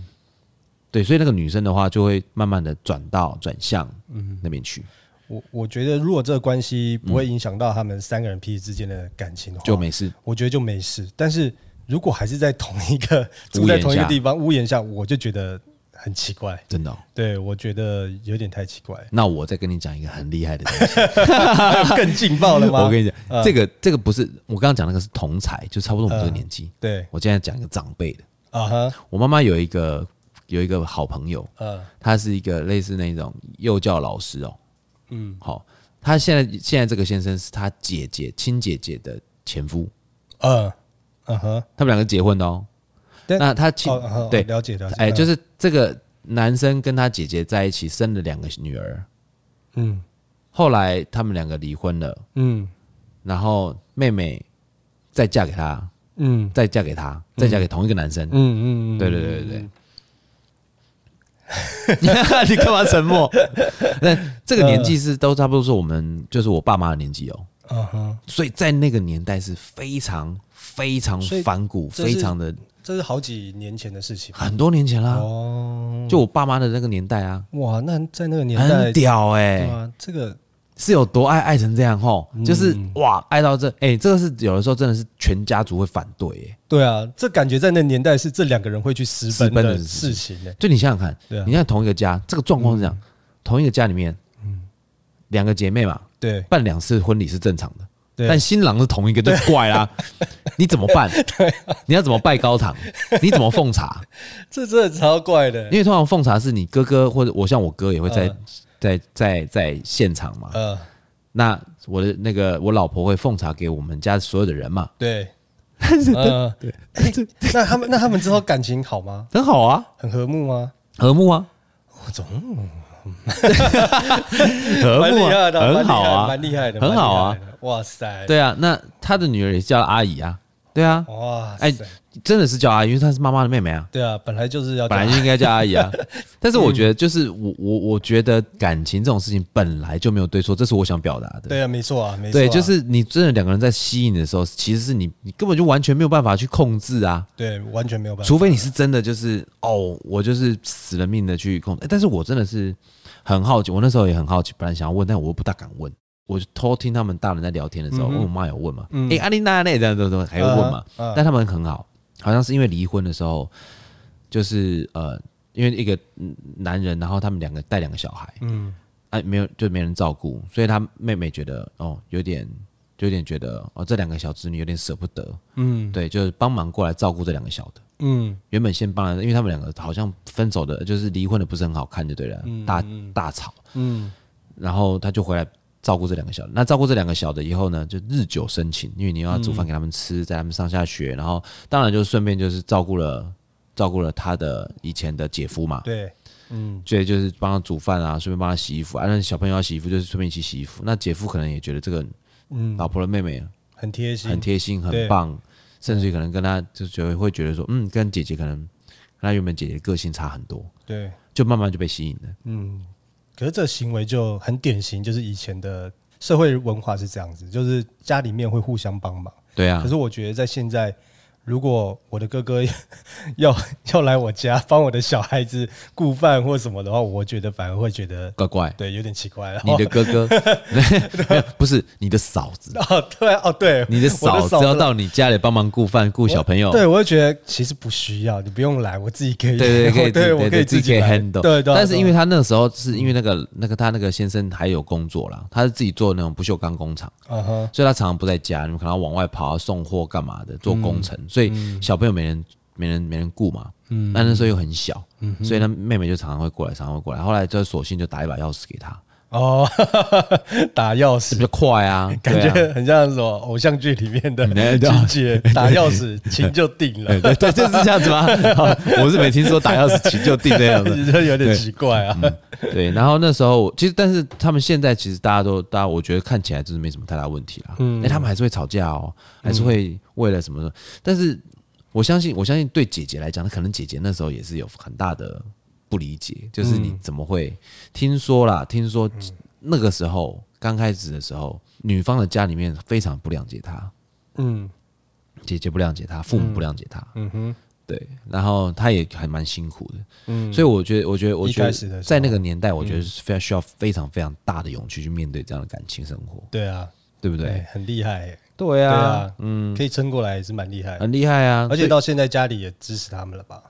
Speaker 1: 对，所以那个女生的话就会慢慢的转到转向
Speaker 2: 嗯
Speaker 1: 那边去，
Speaker 2: 我我觉得如果这个关系不会影响到他们三个人彼此之间的感情的话，
Speaker 1: 嗯就没事。
Speaker 2: 我觉得就没事。但是如果还是在同一 个住
Speaker 1: 屋
Speaker 2: 在
Speaker 1: 檐
Speaker 2: 同一个
Speaker 1: 下
Speaker 2: 地方屋檐下，我就觉得很奇怪。
Speaker 1: 真的哦、，
Speaker 2: 对，我觉得有点太奇怪
Speaker 1: 那我再跟你讲一个很厉害的东西，
Speaker 2: 更劲爆了吗？
Speaker 1: 我跟你讲，
Speaker 2: 嗯
Speaker 1: 这个这个不是我刚刚讲那个是同才，就差不多我们这个年纪。
Speaker 2: 对
Speaker 1: 我现在讲一个长辈的，
Speaker 2: 啊哈，
Speaker 1: 我妈妈有一个有一个好朋友，
Speaker 2: 嗯
Speaker 1: 她是一个类似那种幼教老师哦。
Speaker 2: 嗯
Speaker 1: 好，她现在现在这个先生是她姐姐亲姐姐的前夫，
Speaker 2: 嗯嗯哼，
Speaker 1: 他们两个结婚的哦。
Speaker 2: 但
Speaker 1: 那她亲、
Speaker 2: 哦嗯哼
Speaker 1: 对，
Speaker 2: 了解了解，
Speaker 1: 哎，就是是这个男生跟他姐姐在一起生了两个女儿，
Speaker 2: 嗯
Speaker 1: 后来他们两个离婚了，
Speaker 2: 嗯
Speaker 1: 然后妹妹再嫁给他，
Speaker 2: 嗯
Speaker 1: 再嫁给他，再嫁给同一个男生。
Speaker 2: 嗯嗯，嗯
Speaker 1: 对对对对 对。你干嘛沉 默？那这个年纪是都差不多是我们就是我爸妈的年纪哦，
Speaker 2: 嗯哼，
Speaker 1: 所以在那个年代是非常非常
Speaker 2: 所以
Speaker 1: 反骨，
Speaker 2: 这是
Speaker 1: 非常的
Speaker 2: 这是好几年前的 事情
Speaker 1: 很多年前啦，
Speaker 2: 哦。
Speaker 1: 就我爸妈的那个年代啊，
Speaker 2: 哇，那在那个年代
Speaker 1: 很，屌哎、
Speaker 2: 对啊，这个
Speaker 1: 是有多爱爱成这样吼，就是
Speaker 2: 嗯
Speaker 1: 哇，爱到这哎、这个是有的时候真的是全家族会反对哎、
Speaker 2: 对啊，这感觉在那年代是这两个人会去私奔
Speaker 1: 私奔
Speaker 2: 的
Speaker 1: 的
Speaker 2: 事情呢、
Speaker 1: 就你想想看，
Speaker 2: 对啊嗯
Speaker 1: 你看同一个家，这个状况是这样，同一个家里面，两个姐妹嘛，
Speaker 2: 对
Speaker 1: 办两次婚礼是正常的，
Speaker 2: 对，啊
Speaker 1: 但新郎是同一个就怪啦，你怎么 办？
Speaker 2: 啊
Speaker 1: 你要怎么拜高堂？你怎么奉茶？
Speaker 2: 这真的超怪的
Speaker 1: 因。为通常奉茶是你哥哥或者我像我哥也会在、在在在现场嘛，
Speaker 2: 呃，
Speaker 1: 那我的那个我老婆会奉茶给我们家所有的人嘛，
Speaker 2: 对， 呃，对、那他们那他们之后感情好哦吗？
Speaker 1: 很好啊，
Speaker 2: 很和睦吗？
Speaker 1: 和睦啊，
Speaker 2: 我总
Speaker 1: 和
Speaker 2: 啊蛮厉
Speaker 1: 睦
Speaker 2: 害
Speaker 1: 啊，
Speaker 2: 的，蛮厉害
Speaker 1: 很好啊
Speaker 2: 蛮，厉害的，
Speaker 1: 很好啊
Speaker 2: 蛮厉害的。哇塞，，
Speaker 1: 对啊，那他的女儿也叫阿姨啊，对啊，
Speaker 2: 哇塞，
Speaker 1: 哎真的是叫阿姨，因为她是妈妈的妹妹 啊。
Speaker 2: 对啊，本来就是要
Speaker 1: 本来就应该叫阿姨 啊。但是我觉得，就是我我我觉得感情这种事情本来就没有对错，这是我想表达的。
Speaker 2: 对啊，没错啊，没错啊、
Speaker 1: 对，就是你真的两个人在吸引的时候，其实是你你根本就完全没有办法去控制啊，
Speaker 2: 对，完全没有办法，
Speaker 1: 除非你是真的就是哦，我就是死了命的去控制。但是我真的是很好奇，我那时候也很好奇，本来想要问，但我又不大敢问。我就偷听他们大人在聊天的时候，
Speaker 2: 嗯哼
Speaker 1: 因为我妈有问嘛，
Speaker 2: 嗯
Speaker 1: 哎、阿丽娜那这样都都还会问嘛，
Speaker 2: 嗯嗯
Speaker 1: 但他们很好，好像是因为离婚的时候，就是呃，因为一个嗯男人，然后他们两个带两个小孩，
Speaker 2: 嗯
Speaker 1: 哎，没有就没人照顾，所以他妹妹觉得哦，有点就有点觉得哦，这两个小子女有点舍不得，
Speaker 2: 嗯
Speaker 1: 对，就是帮忙过来照顾这两个小的。
Speaker 2: 嗯
Speaker 1: 原本先帮了，因为他们两个好像分手的，就是离婚的不是很好看，就对了，大大吵，
Speaker 2: 嗯
Speaker 1: 然后他就回来照顾这两个小的。那照顾这两个小的以后呢，就日久生情，因为你又要煮饭给他们吃，在他们上下学，然后当然就顺便就是照顾了照顾了他的以前的姐夫嘛，
Speaker 2: 对，嗯
Speaker 1: 所以就是帮他煮饭啊，顺便帮他洗衣服啊。那小朋友要洗衣服，就是顺便一起洗衣服。那姐夫可能也觉得这个
Speaker 2: 嗯，
Speaker 1: 老婆的妹妹
Speaker 2: 很贴心，
Speaker 1: 很贴心，
Speaker 2: 对
Speaker 1: 很棒，甚至于可能跟他就觉得会觉得说，嗯，跟姐姐可能跟他原本姐姐的个性差很多，
Speaker 2: 对，
Speaker 1: 就慢慢就被吸引了。
Speaker 2: 嗯，可是这行为就很典型，就是以前的社会文化是这样子，就是家里面会互相帮忙。
Speaker 1: 对啊
Speaker 2: 可，是我觉得在现在，如果我的哥 哥要要来我家帮我的小孩子顾饭或什么的话，我觉得反而会觉得
Speaker 1: 怪怪，
Speaker 2: 对有点奇怪了。
Speaker 1: 你的哥哥没有不是你的嫂子，
Speaker 2: 哦，对哦，对，
Speaker 1: 你的
Speaker 2: 我
Speaker 1: 嫂
Speaker 2: 的
Speaker 1: 子要到你家里帮忙顾饭、顾小朋友。
Speaker 2: 对，我就觉得其实不需要，你不用来，我自己可以。
Speaker 1: 对对，可以，
Speaker 2: 对，我
Speaker 1: 对
Speaker 2: 可以
Speaker 1: 自己可以
Speaker 2: 来
Speaker 1: handle。
Speaker 2: 对对，
Speaker 1: 但是因为
Speaker 2: 对
Speaker 1: 他那个时候是因为那个那个他那个先生还有工作啦，他是自己做那种不锈钢工厂，
Speaker 2: 嗯哼，
Speaker 1: 所以他常常不在家，你们可能要往外跑、送货干嘛的，做工程，所以小朋友没人、没人、没人顾嘛。嗯，那那时候又很小，所以呢，妹妹就常常会过来，常常会过来。后来就索性就打一把钥匙给他，
Speaker 2: 哦， 打钥匙
Speaker 1: 是比。较快啊，
Speaker 2: 感
Speaker 1: 对啊
Speaker 2: 觉很像什么偶像剧里面 的
Speaker 1: 嗯
Speaker 2: 情节，打钥匙情就定了，
Speaker 1: 对对，就是这样子 吗？好我是没听说打钥匙起就定这样子。
Speaker 2: 就有点奇怪啊。
Speaker 1: 对，然后那时候我其实，但是他们现在其实大家都，大家我觉得看起来就是没什么太大问题啦。嗯，哎、他们还是会吵架哦，还是会为了什么的。但是我相信，我相信对姐姐来讲，可能姐姐那时候也是有很大的不理解，就是你怎么会？听说啦，听说那个时候刚开始的时候，女方的家里面非常不谅解他，
Speaker 2: 嗯
Speaker 1: 姐姐不谅解他，父母不谅解他，
Speaker 2: 嗯哼，
Speaker 1: 对，然后他也还蛮辛苦的，
Speaker 2: 嗯，
Speaker 1: 所以我觉得，我觉得，我
Speaker 2: 一
Speaker 1: 觉
Speaker 2: 开始的时
Speaker 1: 得，
Speaker 2: 候嗯
Speaker 1: 在那个年代，我觉得是非常需要非常非常大的勇气去面对这样的感情生活，
Speaker 2: 对啊，
Speaker 1: 对不对？
Speaker 2: 哎很厉害耶，
Speaker 1: 对
Speaker 2: 对啊
Speaker 1: 啊，嗯，
Speaker 2: 可以撑过来也是蛮厉害的，
Speaker 1: 很厉害啊，
Speaker 2: 而且
Speaker 1: 所以
Speaker 2: 到现在家里也支持他们了吧？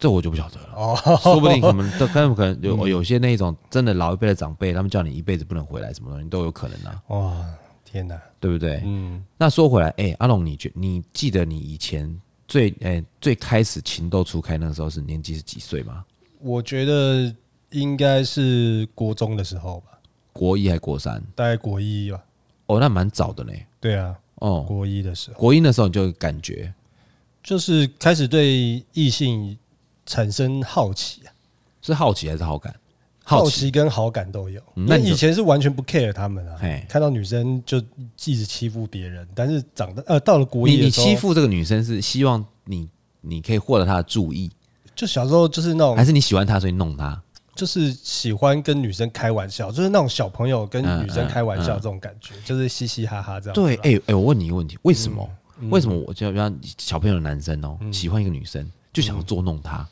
Speaker 1: 这我就不晓得了。
Speaker 2: 哦，
Speaker 1: 说不定可能，这他们可能
Speaker 2: 嗯
Speaker 1: 有有些那种真的老一辈的长辈，他们叫你一辈子不能回来，什么东西都有可能
Speaker 2: 嗯
Speaker 1: 啊，
Speaker 2: 哇，天哪，
Speaker 1: 对不对？
Speaker 2: 嗯，
Speaker 1: 那说回来，哎、阿龙，你觉你记得你以前最哎、最开始情窦初开那个时候是年纪是几岁吗？
Speaker 2: 我觉得应该是国中的时候吧，
Speaker 1: 国一还国三？
Speaker 2: 大概国一吧，
Speaker 1: 哦，那蛮早的呢。
Speaker 2: 对啊，
Speaker 1: 哦，
Speaker 2: 国一的时候，
Speaker 1: 国一那时候你就有感觉
Speaker 2: 就是开始对异性产生好奇啊，
Speaker 1: 是好奇还是好感？
Speaker 2: 好
Speaker 1: 奇，
Speaker 2: 奇跟好感都有，
Speaker 1: 嗯
Speaker 2: 因
Speaker 1: 那
Speaker 2: 为
Speaker 1: 你
Speaker 2: 以前是完全不 care 他们啊
Speaker 1: 嘿，
Speaker 2: 看到女生就一直欺负别人，但是长大呃到了国
Speaker 1: 你
Speaker 2: 一的
Speaker 1: 你
Speaker 2: 时候，
Speaker 1: 欺负这个女生是希望你你可以获得她的注意，
Speaker 2: 就小时候就是那种
Speaker 1: 还是你喜欢她所以弄她？
Speaker 2: 就是喜欢跟女生开玩笑，就是那种小朋友跟女生开玩笑这种感觉，就是嘻嘻哈哈这样子
Speaker 1: 嗯对，
Speaker 2: 啦。
Speaker 1: 哎、哎、我问你一个问题，为什么？
Speaker 2: 嗯
Speaker 1: 为什么我就让小朋友的男生哦、喜欢一个女生，就想要捉弄她，
Speaker 2: 嗯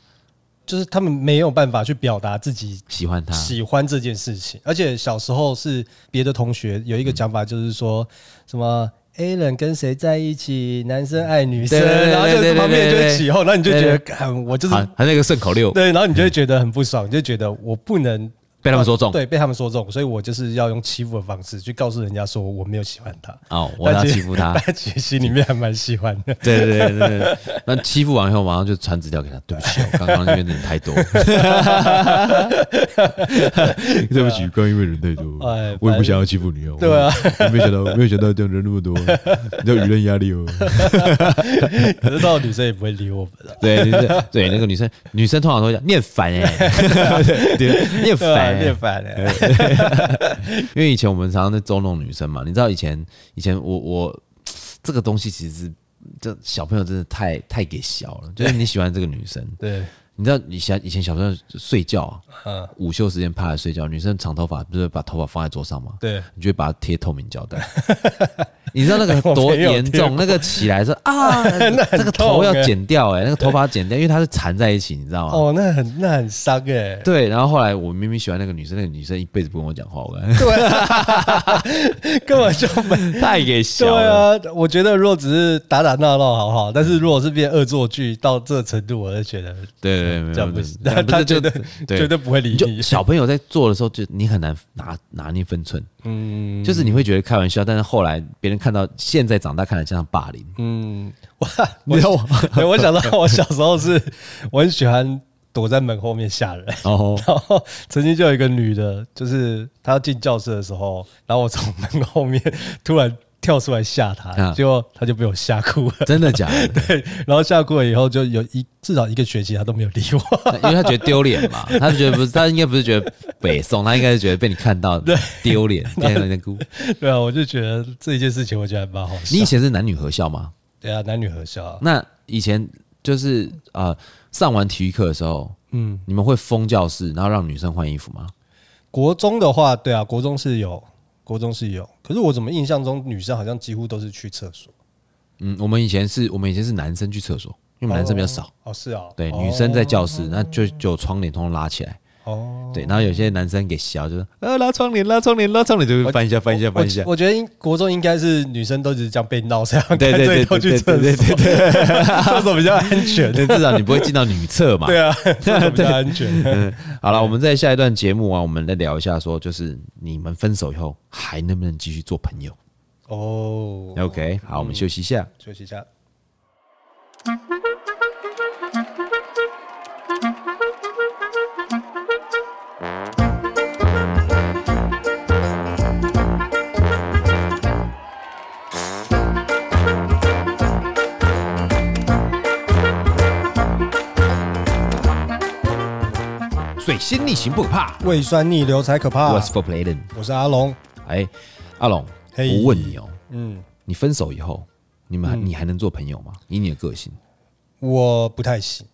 Speaker 2: 就是他们没有办法去表达自己
Speaker 1: 喜欢她？
Speaker 2: 喜欢这件事情，而且小时候是别的同学有一个讲法，就是说
Speaker 1: 嗯
Speaker 2: 什么。A 人跟谁在一起？男生爱女生，
Speaker 1: 对对对
Speaker 2: 然后就
Speaker 1: 对对
Speaker 2: 旁边人就
Speaker 1: 对
Speaker 2: 会
Speaker 1: 对
Speaker 2: 起哄，那你就觉
Speaker 1: 对
Speaker 2: 得，看我就是
Speaker 1: 好，还那个顺口溜
Speaker 2: 对，然后你就会觉得很不爽，你就觉得我不能啊
Speaker 1: 被他们说中
Speaker 2: 对，被他们说中，所以我就是要用欺负的方式去告诉人家说我没有喜欢他，
Speaker 1: 哦，我要
Speaker 2: 但其
Speaker 1: 欺
Speaker 2: 实
Speaker 1: 负她。
Speaker 2: 但其实心里面还蛮喜欢 的。
Speaker 1: 对对对对对，那欺负完以后，马上就传纸条给他，对不 起，哦我刚刚因为人太多， 对不起，刚刚因为人太多
Speaker 2: 啊哎
Speaker 1: 我也不想要欺负你哦。
Speaker 2: 对啊，
Speaker 1: 没想到没有想到这样人那么 多，你知道舆论压力哦。
Speaker 2: 可是到女生也不会理我们了，
Speaker 1: 对对对对，那个女生女生通常都会讲念烦哎， 对对念
Speaker 2: 对啊
Speaker 1: 烦，欸
Speaker 2: 厌烦了。
Speaker 1: 因为以前我们常常在捉弄女生嘛，你知道以前以前我我这个东西其实是这小朋友真的太太给小 了，就是你喜欢这个女生，
Speaker 2: 对，
Speaker 1: 你知道以前以前小时候睡觉啊、
Speaker 2: 嗯，
Speaker 1: 午休时间趴着睡觉，女生长头发不是把头发放在桌上吗？
Speaker 2: 对，
Speaker 1: 你就会把它贴透明胶带。 你知道那 个
Speaker 2: 哎我
Speaker 1: 多
Speaker 2: 没有
Speaker 1: 严
Speaker 2: 贴
Speaker 1: 重？那个起来说 啊，那个头
Speaker 2: 痛
Speaker 1: 要
Speaker 2: 欸
Speaker 1: 剪掉哎、那个头发剪掉，因为它是缠在一起，你知道吗？
Speaker 2: 哦，那很那很伤哎、
Speaker 1: 对，然后后来我明明喜欢那个女生，那个女生一辈子不跟我讲话，我感觉
Speaker 2: 根本就没。
Speaker 1: 太给小
Speaker 2: 对
Speaker 1: 了。
Speaker 2: 啊，我觉得如果只是打打闹闹好好，但是如果是变恶作剧到这程度，我就觉得
Speaker 1: 对对对，没有
Speaker 2: 这样
Speaker 1: 没
Speaker 2: 不
Speaker 1: 有
Speaker 2: 行。
Speaker 1: 这
Speaker 2: 他
Speaker 1: 样不
Speaker 2: 他
Speaker 1: 是就
Speaker 2: 绝对 绝对不会理
Speaker 1: 你就
Speaker 2: 你。
Speaker 1: 小朋友在做的时候，就你很难拿拿捏分寸，
Speaker 2: 嗯，
Speaker 1: 就是你会觉得开玩笑，但是后来别人看到现在长大看来像霸凌，
Speaker 2: 嗯，哇，
Speaker 1: 你知道
Speaker 2: 我对我想到我小时候是，我很喜欢躲在门后面吓人。
Speaker 1: 哦，
Speaker 2: 然后曾经就有一个女的，就是她要进教室的时候，然后我从门后面突然跳出来吓她，
Speaker 1: 啊
Speaker 2: 结果她就被我吓哭了。
Speaker 1: 真的假的？
Speaker 2: 对，然后吓哭了以后，就有一至少一个学期她都没有理我。
Speaker 1: 因 为他觉得丢脸嘛， 他觉得不是，他应该不是觉得北宋，他应该是觉得被你看 到丢脸，天哪，你在哭。
Speaker 2: 对啊，我就觉得这一件事情，我觉得还蛮好笑。
Speaker 1: 你以前是男女合校吗？
Speaker 2: 对啊，男女合校啊，
Speaker 1: 那以前就是呃，上完体育课的时候，
Speaker 2: 嗯，
Speaker 1: 你们会封教室，然后让女生换衣服吗？
Speaker 2: 国中的话，对啊，国中是有，国中是有。可是我怎么印象中女生好像几乎都是去厕所？
Speaker 1: 嗯，我们以前是我们以前是男生去厕所，因为我们男生比较少。
Speaker 2: 哦，是啊，
Speaker 1: 对，
Speaker 2: 哦
Speaker 1: 女生在教室，那就就有窗帘通通拉起来。
Speaker 2: 哦。
Speaker 1: 对，然后有些男生给小，就是呃拉窗帘，拉窗帘，拉窗帘，就会翻一下，翻一下，翻一下
Speaker 2: 哦我。我觉得应国中应该是女生都只是这样被闹这样，
Speaker 1: 对对对
Speaker 2: 干脆都去
Speaker 1: 对
Speaker 2: 厕所，
Speaker 1: 对对
Speaker 2: 厕所比较安全。
Speaker 1: 对，至少你不会进到女厕嘛。
Speaker 2: 对啊，厕所比较安全。
Speaker 1: 好了，我们在下一段节目啊，我们来聊一下，说就是你们分手以后还能不能继续做朋友
Speaker 2: 哦，
Speaker 1: ？OK，好，我们休息一下。
Speaker 2: 休息一下。嗯
Speaker 1: 水星逆行不可怕，
Speaker 2: 胃酸逆流才可怕。
Speaker 1: 我是 For Playen。
Speaker 2: 我是阿龙，
Speaker 1: 哎，阿龙，
Speaker 2: 嘿
Speaker 1: 我问你哦，
Speaker 2: 嗯，
Speaker 1: 你分手以后，你们还你还能做朋友吗？以你的个性，
Speaker 2: 我不太行。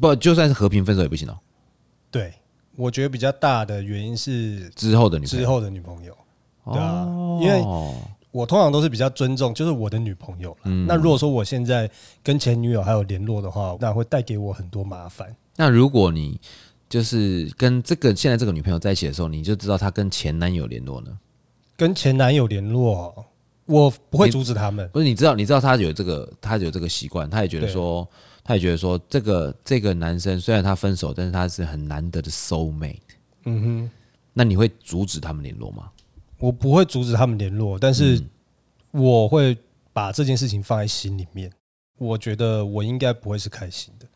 Speaker 1: 不就算是和平分手也不行哦。
Speaker 2: 对，我觉得比较大的原因是
Speaker 1: 之后的女朋
Speaker 2: 之
Speaker 1: 友，
Speaker 2: 后的女朋友，对啊
Speaker 1: 哦
Speaker 2: 因为我通常都是比较尊重，就是我的女朋友啦。那如果说我现在跟前女友还有联络的话，那会带给我很多麻烦。
Speaker 1: 那如果你就是跟这个现在这个女朋友在一起的时候，你就知道她跟前男友联络呢，
Speaker 2: 跟前男友联络，我不会阻止他们。
Speaker 1: 不是？你知道你知道她有这个她有这个习惯，她也觉得说，她也觉得说，这个这个男生虽然他分手，但是他是很难得的 soul mate。
Speaker 2: 嗯哼，
Speaker 1: 那你会阻止他们联络吗？
Speaker 2: 我不会阻止他们联络，但是我会把这件事情放在心里面。我觉得我应该不会是开心的，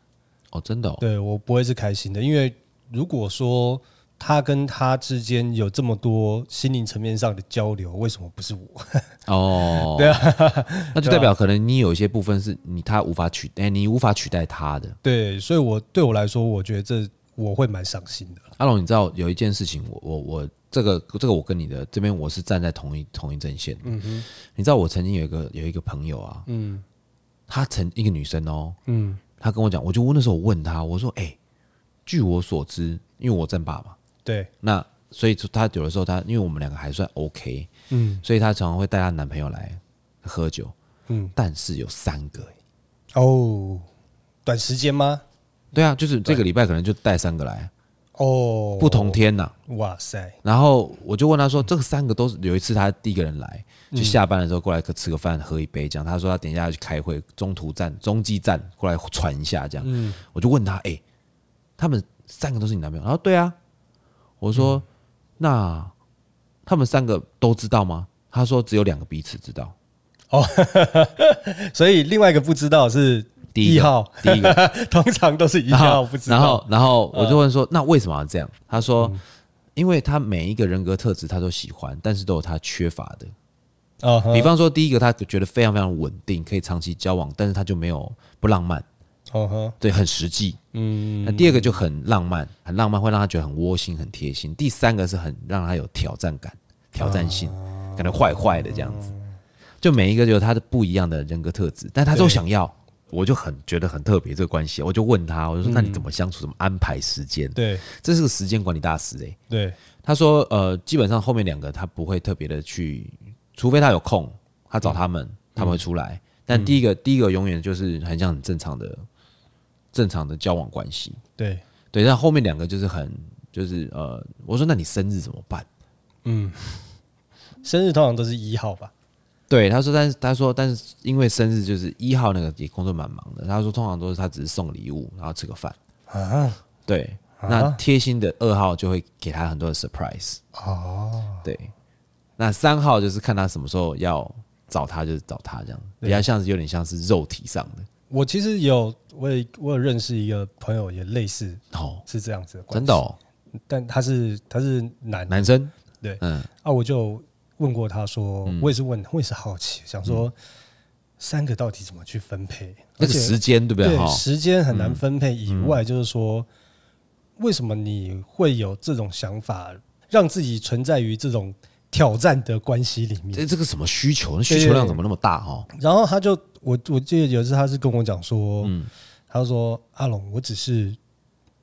Speaker 1: 哦，真的、哦，
Speaker 2: 对我不会是开心的，因为如果说他跟他之间有这么多心灵层面上的交流，为什么不是我？
Speaker 1: 哦，对啊，那就代表可能你有一些部分是你他无法取代，你无法取代他的。
Speaker 2: 对，所以我对我来说，我觉得这我会蛮伤心的。
Speaker 1: 阿龙，你知道有一件事情我，我我这个这个我跟你的这边我是站在同一同一阵线的。你知道我曾经有一个有一个朋友啊，
Speaker 2: 嗯
Speaker 1: 她曾一个女生哦，
Speaker 2: 嗯，
Speaker 1: 她跟我讲，我就问那时候我问她，我说，哎、据我所知，因为我正爸嘛，
Speaker 2: 对，
Speaker 1: 那所以她有的时候她因为我们两个还算 OK，
Speaker 2: 嗯
Speaker 1: 所以她常常会带她男朋友来喝酒，
Speaker 2: 嗯，
Speaker 1: 但是有三个、欸
Speaker 2: 哦，短时间吗？
Speaker 1: 对啊，就是这个礼拜可能就带三个来，
Speaker 2: 哦，
Speaker 1: 不同，天呐、
Speaker 2: 哇塞，
Speaker 1: 然后我就问他说：“这个三个都是有一次他第一个人来，
Speaker 2: 嗯
Speaker 1: 就下班的时候过来吃个饭、喝一杯这样。他说他等一下要去开会，中途站、中继站过来喘一下这样。
Speaker 2: 嗯
Speaker 1: 我就问他：‘哎、他们三个都是你男朋友？’然后对啊，我说：‘
Speaker 2: 嗯
Speaker 1: 那他们三个都知道吗？’他说：‘只有两个彼此 知道。
Speaker 2: 哦所以另外一个不知道是
Speaker 1: 第一个
Speaker 2: 一号，
Speaker 1: 第一个，
Speaker 2: 通常都是一
Speaker 1: 然
Speaker 2: 号
Speaker 1: 后
Speaker 2: 啊不知
Speaker 1: 然
Speaker 2: 道。嗯
Speaker 1: 后然后我就问说：‘那为什么要这样？’他说：‘因为他每一个人格特质他都喜欢，但是都有他缺乏的。’
Speaker 2: 嗯哼
Speaker 1: 比方说，第一个他觉得非常非常稳定，可以长期交往，但是他就没有不浪漫，
Speaker 2: 嗯哼，
Speaker 1: 对，很实际。
Speaker 2: 嗯
Speaker 1: 那第二个就很浪漫，很浪漫会让他觉得很窝心、很贴心。第三个是很让他有挑战感、挑战性，
Speaker 2: 哦
Speaker 1: 感觉坏坏的这样子。就每一个有他的不一样的人格特质，但他都
Speaker 2: 对嗯
Speaker 1: 想要，我就很觉得很特别这个关系。我就问他，我就说：“那你怎么相处？怎么安排时间？”，
Speaker 2: 对
Speaker 1: 这是个时间管理大师欸诶、
Speaker 2: 对，
Speaker 1: 他说，呃，基本上后面两个他不会特别的去，除非他有空，他找他们，他们会出来。但第一个，第一个永远就是很像很正常的、正常的交往关系。
Speaker 2: 对，
Speaker 1: 对，但后面两个就是很，就是呃，我说那你生日怎么办？
Speaker 2: 生日通常都是一号吧？
Speaker 1: 对，他说，但是他说，但是因为生日就是一号那个也工作蛮忙的，他说通常都是他只是送礼物，然后吃个饭。
Speaker 2: 啊，
Speaker 1: 对，啊那贴心的二号就会给他很多的 surprise。
Speaker 2: 哦，
Speaker 1: 对，那三号就是看他什么时候要找他，就是找他这样，比较像是有点像是肉体上的
Speaker 2: 我其实有，我也我有认识一个朋友，也类似
Speaker 1: 哦，
Speaker 2: 是这样子的
Speaker 1: 真
Speaker 2: 关系，
Speaker 1: 的哦，
Speaker 2: 但他是他是男
Speaker 1: 男生
Speaker 2: 对
Speaker 1: 嗯，
Speaker 2: 啊，我就问过他说，我也是问，我也是好奇，想说三个到底怎么去分配？
Speaker 1: 嗯那个
Speaker 2: 而且
Speaker 1: 时间对不对
Speaker 2: 对
Speaker 1: 哈？嗯
Speaker 2: 时间很难分配以外，就是说，为什么你会有这种想法，让自己存在于这种挑战的关系里面？
Speaker 1: 这这个什么需求，那需求量怎么那么大哈？
Speaker 2: 然后他就，我我记得有一次他是跟我讲说，
Speaker 1: 嗯
Speaker 2: 他说阿龙，我只是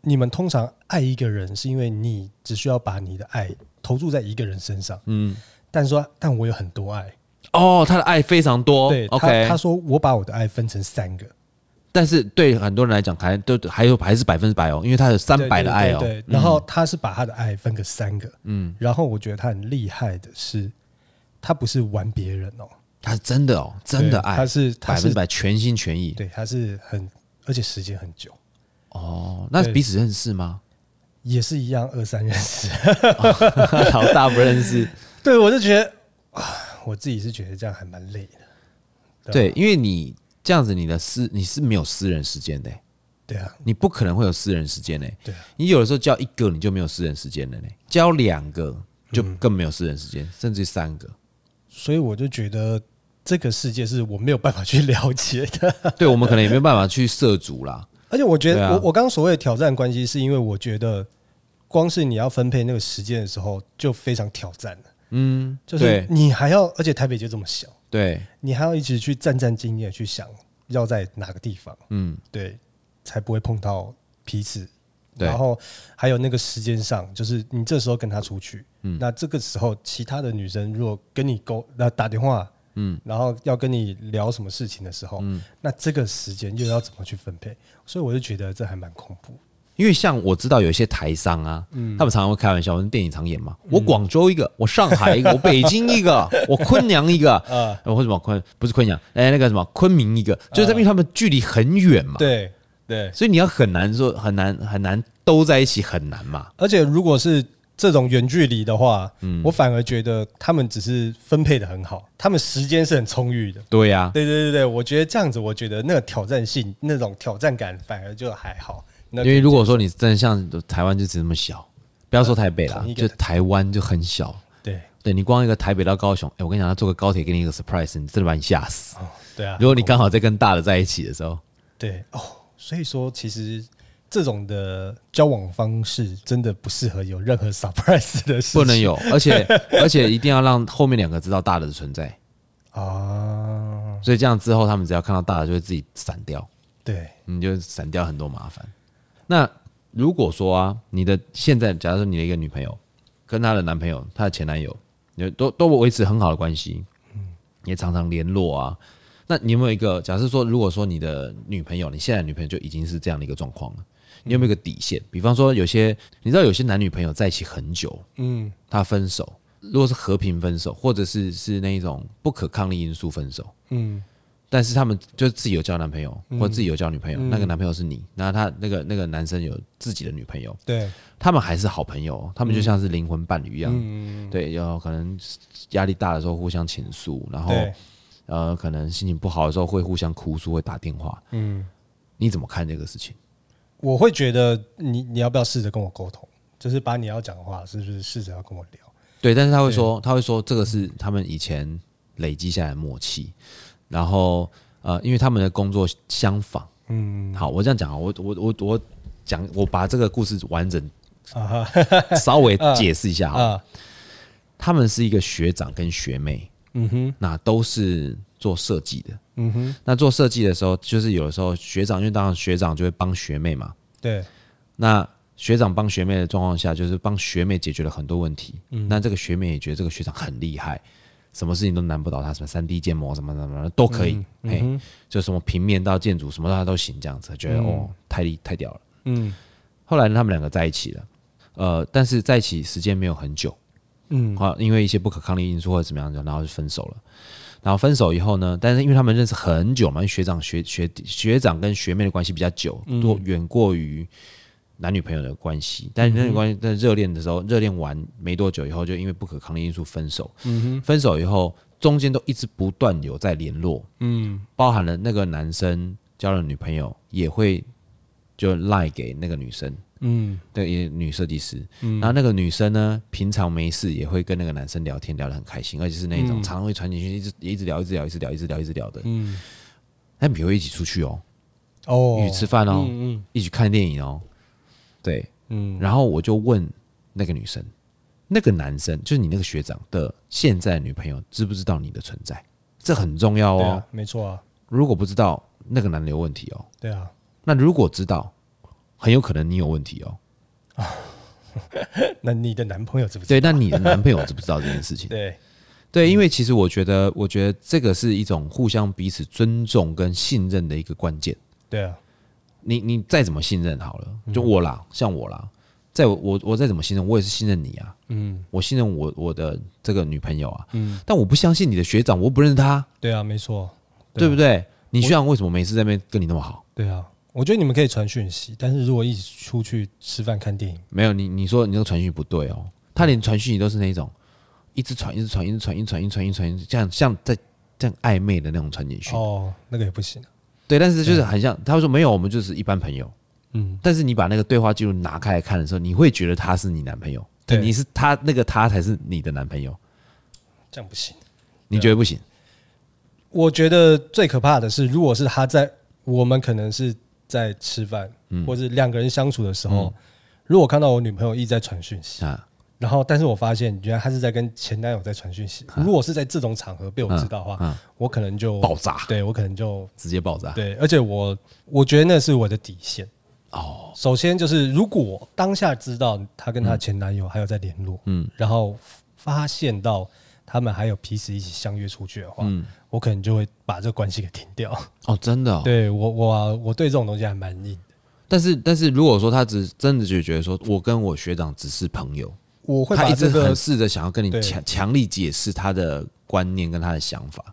Speaker 2: 你们通常爱一个人，是因为你只需要把你的爱投注在一个人身上，
Speaker 1: 嗯，
Speaker 2: 但是说，但我有很多爱。
Speaker 1: 哦，他的爱非常多，
Speaker 2: 对
Speaker 1: 哦
Speaker 2: 他，
Speaker 1: ，OK，
Speaker 2: 他说我把我的爱分成三个，
Speaker 1: 但是对很多人来讲，还都还有还是百分之百哦，因为他有三百的爱哦，
Speaker 2: 对对对对然后他是把他的爱分个三个，嗯，然后我觉得他很厉害的是，他不是玩别人哦，
Speaker 1: 他是真的哦，真的
Speaker 2: 对
Speaker 1: 爱，
Speaker 2: 他是他
Speaker 1: 百分之
Speaker 2: 是
Speaker 1: 百全心全意
Speaker 2: 对，他是很，而且时间很久，
Speaker 1: 哦。那
Speaker 2: 对
Speaker 1: 彼此认识 吗？
Speaker 2: 也是一样二三 认识，
Speaker 1: 老大不认识，
Speaker 2: 对我就觉得，啊我自己是觉得这样还蛮累的，啊
Speaker 1: 对，因为你这样子，你的私你是没有私人时间的欸、
Speaker 2: 对啊，
Speaker 1: 你不可能会有私人时间嘞、欸
Speaker 2: 对啊，
Speaker 1: 你有的时候交一个你就没有私人时间了嘞、交两个就更没有私人时
Speaker 2: 嗯
Speaker 1: 间，甚至三个。
Speaker 2: 所以我就觉得这个世界是我没有办法去了解的，
Speaker 1: 对我们可能也没有办法去涉足啦。
Speaker 2: 而且我觉
Speaker 1: 对
Speaker 2: 得，
Speaker 1: 啊
Speaker 2: 我我刚刚所谓的挑战关系，是因为我觉得，光是你要分配那个时间的时候，就非常挑战了。
Speaker 1: 嗯，
Speaker 2: 就是你还要，而且台北就这么小，
Speaker 1: 对对，
Speaker 2: 你还要一直去战战兢兢的去想要在哪个地方，
Speaker 1: 嗯，
Speaker 2: 对，才不会碰到彼此
Speaker 1: 对
Speaker 2: 然后还有那个时间上，就是你这时候跟他出去，那这个时候其他的女生如果跟你勾那打电话，嗯，然后要跟你聊什么事情的时候，那这个时间又要怎么去分配？所以我就觉得这还蛮恐怖。
Speaker 1: 因为像我知道有一些台商啊，
Speaker 2: 嗯
Speaker 1: 他们常常会开玩笑，我们电影常演嘛，我广州一个，我上海 一个，我北京一个，我昆阳一个，啊，或者什么昆不是昆阳，哎，那个什么昆明一个，
Speaker 2: 啊
Speaker 1: 就是因为他们距离很远嘛，
Speaker 2: 对对，
Speaker 1: 所以你要很难说很难很难都在一起很难嘛，
Speaker 2: 而且如果是这种远距离的话，我反而觉得他们只是分配的很好，他们时间是很充裕的。
Speaker 1: 对呀、
Speaker 2: 对对对对，我觉得这样子，我觉得那个挑战性、那种挑战感反而就还好。那
Speaker 1: 因为如果说你真的像台湾就只那么小，不要说台北啦
Speaker 2: 同一，个
Speaker 1: 就台湾就很小，
Speaker 2: 对
Speaker 1: 对你光一个台北到高雄，哎、我跟你讲，他坐个高铁给你一个 surprise，你真的把你吓死。
Speaker 2: 对啊，
Speaker 1: 如果你刚好在跟大的在一起的时候，
Speaker 2: 对哦，所以说其实这种的交往方式真的不适合有任何 surprise 的事情，
Speaker 1: 不能有，而且而且一定要让后面两个知道大的的存在，
Speaker 2: 啊，
Speaker 1: 所以这样之后他们只要看到大的就会自己闪掉，
Speaker 2: 对，
Speaker 1: 你就闪掉很多麻烦。那如果说啊，你的现在假如说你的一个女朋友跟她的男朋友、她的前男友，你都都维持很好的关系，也常常联络啊。那你有没有一个假设说，如果说你的女朋友，你现在的女朋友就已经是这样的一个状况了，你有没有一个底线？比方说，有些你知道有些男女朋友在一起很久，
Speaker 2: 嗯，
Speaker 1: 他分手，如果是和平分手，或者是是那一种不可抗力因素分手，
Speaker 2: 嗯，
Speaker 1: 但是他们就自己有交男朋友，或自己有交女朋友，那个男朋友是你，然后他那个那个男生有自己的女朋友，
Speaker 2: 对，
Speaker 1: 他们还是好朋友哦，他们就像是灵魂伴侣一样，
Speaker 2: 嗯
Speaker 1: 对，然后可能压力大的时候互相倾诉，然后
Speaker 2: 对，
Speaker 1: 呃，可能心情不好的时候会互相哭诉，会打电话，
Speaker 2: 嗯，
Speaker 1: 你怎么看这个事情？
Speaker 2: 我会觉得你你要不要试着跟我沟通，就是把你要讲的话是不是试着要跟我聊。
Speaker 1: 对，但是他会说，他会说这个是他们以前累积下来的默契，然后呃，因为他们的工作相仿，嗯，好，我这样讲啊，我我我我讲，我把这个故事完整 稍微解释一下啊，
Speaker 2: 啊，
Speaker 1: 他们是一个学长跟学妹，
Speaker 2: 嗯哼，
Speaker 1: 那都是做设计的，
Speaker 2: 嗯哼，
Speaker 1: 那做设计的时候，就是有的时候学长，因为当然学长就会帮学妹嘛，
Speaker 2: 对，
Speaker 1: 那学长帮学妹的状况下，就是帮学妹解决了很多问题。那这个学妹也觉得这个学长很厉害，什么事情都难不倒他，什么三 D 建模什么什么的都可以，哎、就什么平面到建筑什么他都行，这样子觉得、哦，太厉太屌了。
Speaker 2: 嗯
Speaker 1: 后来呢他们两个在一起了，呃，但是在一起时间没有很久，
Speaker 2: 嗯
Speaker 1: 啊，因为一些不可抗力因素或者怎么样的，然后就分手了。然后分手以后呢，但是因为他们认识很久嘛，因为学长学学学长跟学妹的关系比较久，多远过于男女朋友的关系。但是男女关系在热恋的时候，热恋完没多久以后，就因为不可抗力因素分手。分手以后，中间都一直不断有在联络，
Speaker 2: 嗯，
Speaker 1: 包含了那个男生交了女朋友，也会就赖给那个女生，
Speaker 2: 嗯，
Speaker 1: 对，也女设计师。然后那个女生呢，平常没事也会跟那个男生聊天，聊得很开心，而且是那
Speaker 2: 嗯
Speaker 1: 种常常会传简讯，一直一直聊，一直聊，一直聊，一直聊，一直聊的。嗯，他们也会一起出去哦，
Speaker 2: 哦
Speaker 1: 一，起吃饭哦，
Speaker 2: 嗯
Speaker 1: 一起看电影哦，对。
Speaker 2: 嗯
Speaker 1: 然后我就问那个女生，那个男生就是你那个学长的现在的女朋友，知不知道你的存在？这很重要
Speaker 2: 对
Speaker 1: 哦
Speaker 2: 啊。，没错啊，
Speaker 1: 如果不知道，那个男的有问题哦。
Speaker 2: 对啊，
Speaker 1: 那如果知道，很有可能你有问题哦。
Speaker 2: 那你的男朋友知不知？
Speaker 1: 对，那你的男朋友知不知道这件事 情？
Speaker 2: 对，
Speaker 1: 对，因为其实我觉得，我觉得这个是一种互相彼此尊重跟信任的一个关键。
Speaker 2: 对啊，
Speaker 1: 你你再怎么信任好了，就我啦，像我啦，在我我我再怎么信任，我也是信任你啊，
Speaker 2: 嗯，
Speaker 1: 我信任我我的这个女朋友啊，嗯，但我不相信你的学长，我又不认识他，
Speaker 2: 对啊，没错，
Speaker 1: 对不对？你学长为什么每次在那边跟你那么好？
Speaker 2: 对啊，我觉得你们可以传讯息，但是如果一起出去吃饭看电影，
Speaker 1: 没有你你说你那个传讯不对哦，他连传讯你都是那种一直传一直传一直传一直传一直传一直传，这样像在这样暧昧的那种传简讯。
Speaker 2: 哦，那个也不行啊，
Speaker 1: 对，但是就是很像，他会说没有，我们就是一般朋友。
Speaker 2: 嗯，
Speaker 1: 但是你把那个对话记录拿开来看的时候，你会觉得他是你男朋友，
Speaker 2: 对
Speaker 1: 你是他那个他才是你的男朋友，
Speaker 2: 这样不行。
Speaker 1: 你觉得不行？
Speaker 2: 我觉得最可怕的是，如果是他在我们可能是在吃饭，或者两个人相处的时候，如果看到我女朋友一直在传讯息，
Speaker 1: 啊，
Speaker 2: 然后但是我发现原来她是在跟前男友在传讯息，如果是在这种场合被我知道的话，我可能就
Speaker 1: 爆炸
Speaker 2: 对我可能就
Speaker 1: 直接爆炸。
Speaker 2: 对，而且我我觉得那是我的底线，
Speaker 1: 哦，
Speaker 2: 首先就是，如果当下知道她跟她前男友还有在联络，
Speaker 1: 嗯
Speaker 2: 然后发现到他们还有彼此一起相约出去的话，
Speaker 1: 嗯，
Speaker 2: 我可能就会把这关系给停掉。
Speaker 1: 哦，真的、哦，
Speaker 2: 对我，我我对这种东西还蛮硬的，
Speaker 1: 但是，但是如果说他只真的就觉得说，我跟我学长只是朋友，
Speaker 2: 我会
Speaker 1: 他
Speaker 2: 把
Speaker 1: 一直
Speaker 2: 这个
Speaker 1: 很试着想要跟你
Speaker 2: 对
Speaker 1: 强强力解释他的观念跟他的想法。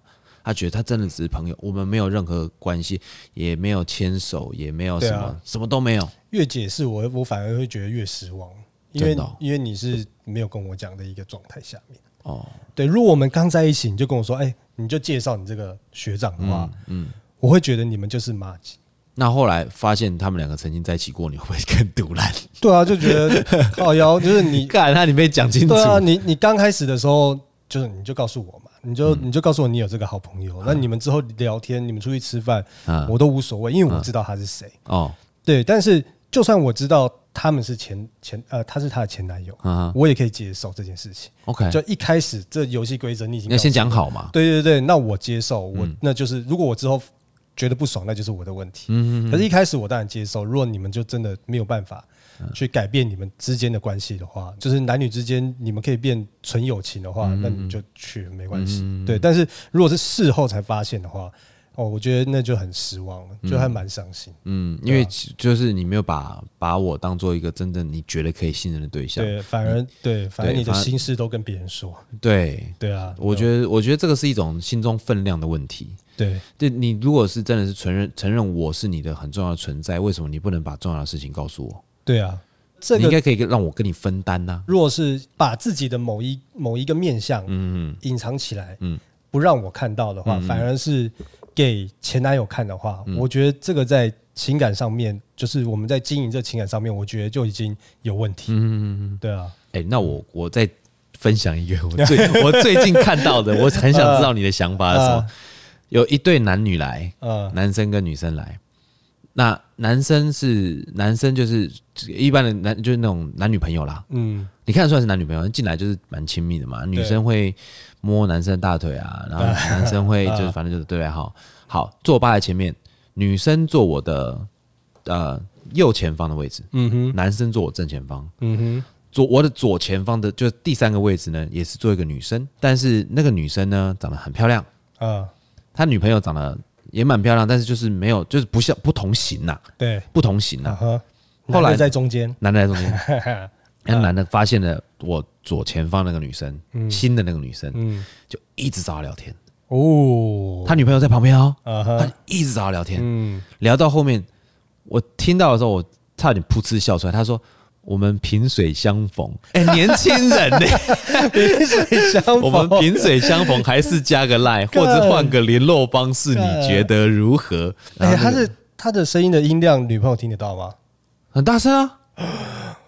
Speaker 1: 他觉得他真的只是朋友，我们没有任何关系，也没有牵手，也没有什么，
Speaker 2: 对啊
Speaker 1: 什么都没有。
Speaker 2: 越解释我，我反而会觉得越失望，因
Speaker 1: 真
Speaker 2: 为
Speaker 1: 的哦
Speaker 2: 因为你是没有跟我讲的一个状态下面。
Speaker 1: 哦，
Speaker 2: 对，如果我们刚在一起，你就跟我说，哎、你就介绍你这个学长的话，
Speaker 1: 嗯，
Speaker 2: 我会觉得你们就是妈鸡。
Speaker 1: 那后来发现他们两个曾经在一起过，你会不会更堵然？
Speaker 2: 对啊，就觉得靠腰，就是你，
Speaker 1: 干，那你没讲清楚。
Speaker 2: 对啊，你你刚开始的时候，就是你就告诉我嘛，你
Speaker 1: 嗯
Speaker 2: 就、你就告诉我你有这个好朋友，那你们之后聊天，你们出去吃饭，
Speaker 1: 嗯
Speaker 2: 我都无所谓，因为我知道他是谁。
Speaker 1: 哦，
Speaker 2: 对，但是就算我知道他们是前前呃，他是他的前男友，
Speaker 1: 嗯哎
Speaker 2: 我也可以接受这件事情。
Speaker 1: ，OK，
Speaker 2: 就一开始这游戏规则你已经
Speaker 1: 你要先
Speaker 2: 告诉
Speaker 1: 讲好嘛
Speaker 2: 我，。对对对，那我接受，我、那就是如果我之后觉得不爽，那就是我的问题。
Speaker 1: 嗯，
Speaker 2: 可是，一开始我当然接受。如果你们就真的没有办法去改变你们之间的关系的
Speaker 1: 嗯
Speaker 2: 话，就是男女之间你们可以变纯友情的话，那你就去没关系。
Speaker 1: 嗯
Speaker 2: 对，但是如果是事后才发现的话，哦，我觉得那就很失望了，就还蛮伤心。
Speaker 1: 嗯，
Speaker 2: 啊
Speaker 1: 因为其就是你没有把把我当做一个真正你觉得可以信任的对象。
Speaker 2: 对，反而对，反而
Speaker 1: 对
Speaker 2: 你的
Speaker 1: 反而
Speaker 2: 心事都跟别人说。
Speaker 1: 对，
Speaker 2: 对啊，
Speaker 1: 我觉得，我觉得这个是一种心中分量的问题。
Speaker 2: 对
Speaker 1: 对你，如果是真的是承认承认我是你的很重要的存在，为什么你不能把重要的事情告诉我？
Speaker 2: 对啊，这
Speaker 1: 你应
Speaker 2: 个
Speaker 1: 该可以让我跟你分担啊呐、
Speaker 2: 如果是把自己的某一某一个面相
Speaker 1: 嗯
Speaker 2: 隐藏起来，
Speaker 1: 嗯
Speaker 2: 不让我看到的话，反而是给前男友看的话，
Speaker 1: 嗯
Speaker 2: 我觉得这个在情感上面，就是我们在经营这情感上面，我觉得就已经有问题。
Speaker 1: 嗯，
Speaker 2: 对啊，
Speaker 1: 哎、那我我再分享一个我最我最近看到的，我很想知道你的想法是什么
Speaker 2: 啊。
Speaker 1: 有一对男女来，
Speaker 2: 呃，
Speaker 1: 男生跟女生来。那男生是男生，就是一般的男，就是那种男女朋友啦。
Speaker 2: 嗯，
Speaker 1: 你看得出来是男女朋友，进来就是蛮亲密的嘛。女生会摸男生的大腿啊，然后男生会就是反正就是对哈。好，坐我爸在前面，女生坐我的呃右前方的位置，
Speaker 2: 嗯哼，
Speaker 1: 男生坐我正前方。
Speaker 2: 嗯哼，
Speaker 1: 左我的左前方的就是第三个位置呢，也是坐一个女生，但是那个女生呢长得很漂亮，
Speaker 2: 啊、
Speaker 1: 她女朋友长得也蛮漂亮，但是就是没有就是不像不同型呐、
Speaker 2: 对，
Speaker 1: 不同型呐、
Speaker 2: 啊哈，
Speaker 1: 后来
Speaker 2: 男的在中间，
Speaker 1: 男的在中间，那男的发现了我左前方那个女生，新的那个女生，
Speaker 2: 嗯，
Speaker 1: 就一直找他聊天。
Speaker 2: 哦，
Speaker 1: 他女朋友在旁边哦，
Speaker 2: 啊
Speaker 1: 他
Speaker 2: 哈，
Speaker 1: 一直找他聊天，
Speaker 2: 嗯，
Speaker 1: 聊到后面，我听到的时候，我差点噗嗤笑出来。他说：“我们萍水相逢，哎、年轻人呢、
Speaker 2: 萍水相
Speaker 1: 我
Speaker 2: 逢，
Speaker 1: 们萍水相逢，还是加个 line 或
Speaker 2: 干
Speaker 1: 者换个联络方式，你
Speaker 2: 干
Speaker 1: 觉得如何？”然
Speaker 2: 哎、
Speaker 1: 后
Speaker 2: 他
Speaker 1: 就是
Speaker 2: 他的声音的音量，女朋友听得到吗？
Speaker 1: 很大声啊，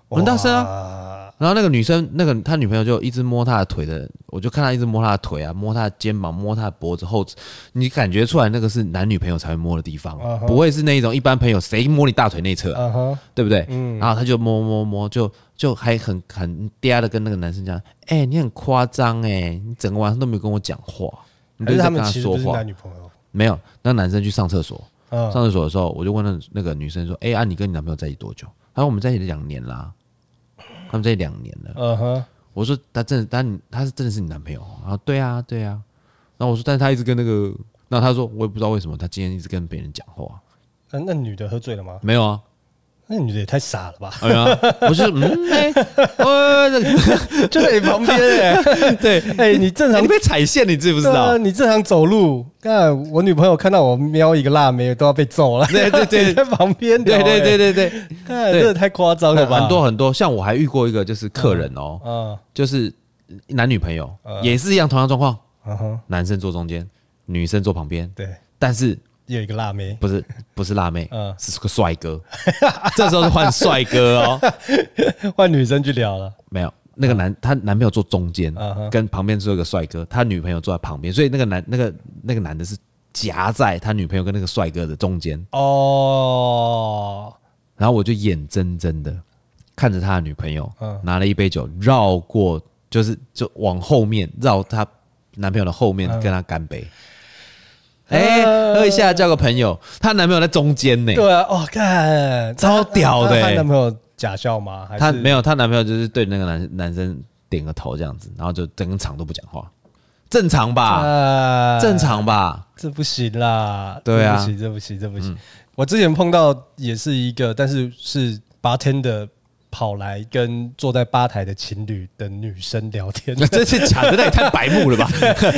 Speaker 1: 很大声啊。
Speaker 2: 啊，
Speaker 1: 然后那个女生，那个他女朋友就一直摸他的腿的，我就看他一直摸他的腿啊，摸他的肩膀，摸他的脖子后，你感觉出来那个是男女朋友才会摸的地方，啊
Speaker 2: 嗯哼
Speaker 1: 不会是那一种一般朋友谁摸你大腿内侧啊，
Speaker 2: 啊哈，
Speaker 1: 对不对？
Speaker 2: 嗯
Speaker 1: 然后他就摸摸摸，就就还很很嗲的跟那个男生讲，哎、你很夸张哎，你整个晚上都没有跟我讲话，你都
Speaker 2: 还是
Speaker 1: 在
Speaker 2: 他
Speaker 1: 跟
Speaker 2: 们其实
Speaker 1: 说
Speaker 2: 不是
Speaker 1: 话啊
Speaker 2: 男，女朋友？
Speaker 1: 没有。那男生去上厕所，
Speaker 2: 嗯，
Speaker 1: 上厕所的时候，我就问那那个女生说，哎、啊，你跟你男朋友在一起多久？她说我们在一起两年啦，他们在一起两年了。
Speaker 2: 嗯哼，
Speaker 1: 我说他真的，他你他是真的是你男朋友哦然后对啊，对啊。然后我说，但是他一直跟那个，那他说我也不知道为什么，他今天一直跟别人讲话，
Speaker 2: 那那女的喝醉了吗？
Speaker 1: 没有啊，
Speaker 2: 那女的也太傻了 吧！
Speaker 1: 哎呀，我是嗯， 哎、呃，那个
Speaker 2: 就在你旁边 哎、
Speaker 1: 对，
Speaker 2: 哎、你正
Speaker 1: 哎
Speaker 2: 常
Speaker 1: 你被踩线，你知不知
Speaker 2: 对啊
Speaker 1: 道？
Speaker 2: 你正常走路，看我女朋友看到我瞄一个辣妹都要被揍了。
Speaker 1: 对对对
Speaker 2: 你在旁边聊、
Speaker 1: 对对对
Speaker 2: 对，
Speaker 1: 对对，
Speaker 2: 看
Speaker 1: 对
Speaker 2: 这太夸张了吧？
Speaker 1: 很多很多，像我还遇过一个就是客人哦，
Speaker 2: 嗯，
Speaker 1: 就是男女朋友
Speaker 2: 嗯
Speaker 1: 也是一样，同样状况，
Speaker 2: 嗯哼，
Speaker 1: 男生坐中间，女生坐旁边，
Speaker 2: 对，
Speaker 1: 但是
Speaker 2: 有一个辣妹，
Speaker 1: 不是不是辣妹
Speaker 2: 嗯，
Speaker 1: 是个帅哥， 这时候是换帅哥哦。
Speaker 2: 换女生去聊了。
Speaker 1: 没有，那个男她男朋友坐中间
Speaker 2: 嗯哼，
Speaker 1: 跟旁边坐一个帅哥，他女朋友坐在旁边，所以那个男那个那个男的是夹在他女朋友跟那个帅哥的中间，
Speaker 2: 哦，
Speaker 1: 然后我就眼睁睁的看着他的女朋友
Speaker 2: 嗯
Speaker 1: 拿了一杯酒绕过，
Speaker 2: 嗯
Speaker 1: 就是就往后面绕他男朋友的后面跟他干杯。哎、喝一下叫个朋友，她男朋友在中间呢、
Speaker 2: 对啊，哦，看
Speaker 1: 超屌的欸
Speaker 2: 她男朋友假笑吗？还是
Speaker 1: 她没有，她男朋友就是对那个男男生点个头这样子，然后就整个场都不讲话，正常吧？
Speaker 2: 啊
Speaker 1: 正，常吧？
Speaker 2: 这不行啦，
Speaker 1: 对啊
Speaker 2: 这不行，这不行，这不行。我之前碰到也是一个，但是是 bartender 跑来跟坐在吧台的情侣的女生聊天，
Speaker 1: 这是假的，那也太白目了 吧？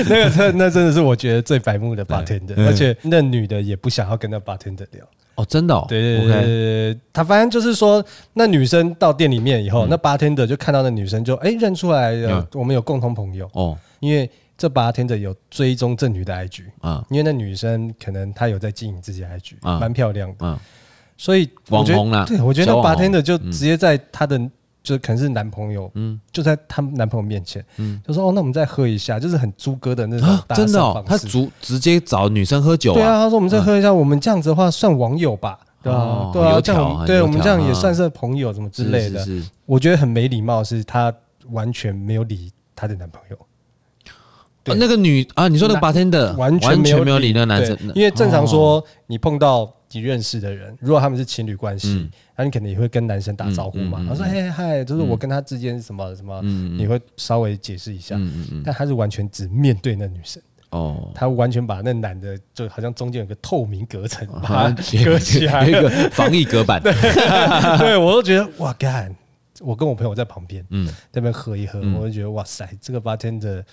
Speaker 2: 那个真那真的是我觉得最白目的 bartender，
Speaker 1: 嗯
Speaker 2: 而且那女的也不想要跟那 bartender 聊。
Speaker 1: 哦，真的、哦，
Speaker 2: 对
Speaker 1: o
Speaker 2: 对对
Speaker 1: k
Speaker 2: 对对，他反正就是说，那女生到店里面以后，那 bartender 就看到那女生就哎、认出来了
Speaker 1: 嗯，
Speaker 2: 我们有共同朋友，
Speaker 1: 哦，
Speaker 2: 因为这 bartender 有追踪这女的 IG，
Speaker 1: 啊
Speaker 2: 因为那女生可能她有在经营自己的 IG，
Speaker 1: 嗯
Speaker 2: 蛮漂亮的，
Speaker 1: 啊，
Speaker 2: 所以我觉得
Speaker 1: 网红啦
Speaker 2: 对，我觉得
Speaker 1: 小
Speaker 2: 那
Speaker 1: 网红
Speaker 2: bartender 就直接在她的。就可能是男朋友，
Speaker 1: 嗯
Speaker 2: 就在她男朋友面前，
Speaker 1: 嗯
Speaker 2: 就说哦，那我们再喝一下，就是很猪哥的那种
Speaker 1: 啊
Speaker 2: 搭讪
Speaker 1: 真的哦，他
Speaker 2: 方式
Speaker 1: 直直接找女生喝酒
Speaker 2: 对
Speaker 1: 啊，
Speaker 2: 啊，他说我们再喝一下，我们这样子的话算网友吧，对啊
Speaker 1: 哦，
Speaker 2: 对啊，
Speaker 1: 油
Speaker 2: 这
Speaker 1: 条
Speaker 2: 样我们
Speaker 1: 啊
Speaker 2: 对
Speaker 1: 油
Speaker 2: 我们
Speaker 1: 条
Speaker 2: 这样也
Speaker 1: 啊
Speaker 2: 算是朋友什么之
Speaker 1: 是
Speaker 2: 类的。
Speaker 1: 是是
Speaker 2: 我觉得很没礼貌，是她完全没有理她的男朋友，对
Speaker 1: 啊那个女啊，你说那个
Speaker 2: 那
Speaker 1: bartender
Speaker 2: 完全
Speaker 1: 没
Speaker 2: 有
Speaker 1: 理那个男生
Speaker 2: 对，因为正常
Speaker 1: 哦
Speaker 2: 说你碰到你认识的人，如果他们是情侣关系
Speaker 1: 嗯，
Speaker 2: 那你肯定也会跟男生打招呼嘛
Speaker 1: 嗯嗯，嗯
Speaker 2: 他说嘿嗨，就是我跟他之间什么什么，
Speaker 1: 嗯
Speaker 2: 你会稍微解释一下。
Speaker 1: 嗯嗯嗯
Speaker 2: 但他是完全只面对那女生，
Speaker 1: 哦，
Speaker 2: 他完全把那男的就好像中间有个透明隔层，把
Speaker 1: 好
Speaker 2: 他
Speaker 1: 像
Speaker 2: 隔起来，
Speaker 1: 有一个防疫隔板，
Speaker 2: 对，我都觉得哇干！我跟我朋友在旁边，
Speaker 1: 嗯，
Speaker 2: 在那边喝一喝，
Speaker 1: 嗯
Speaker 2: 我就觉得哇塞，这个 bartender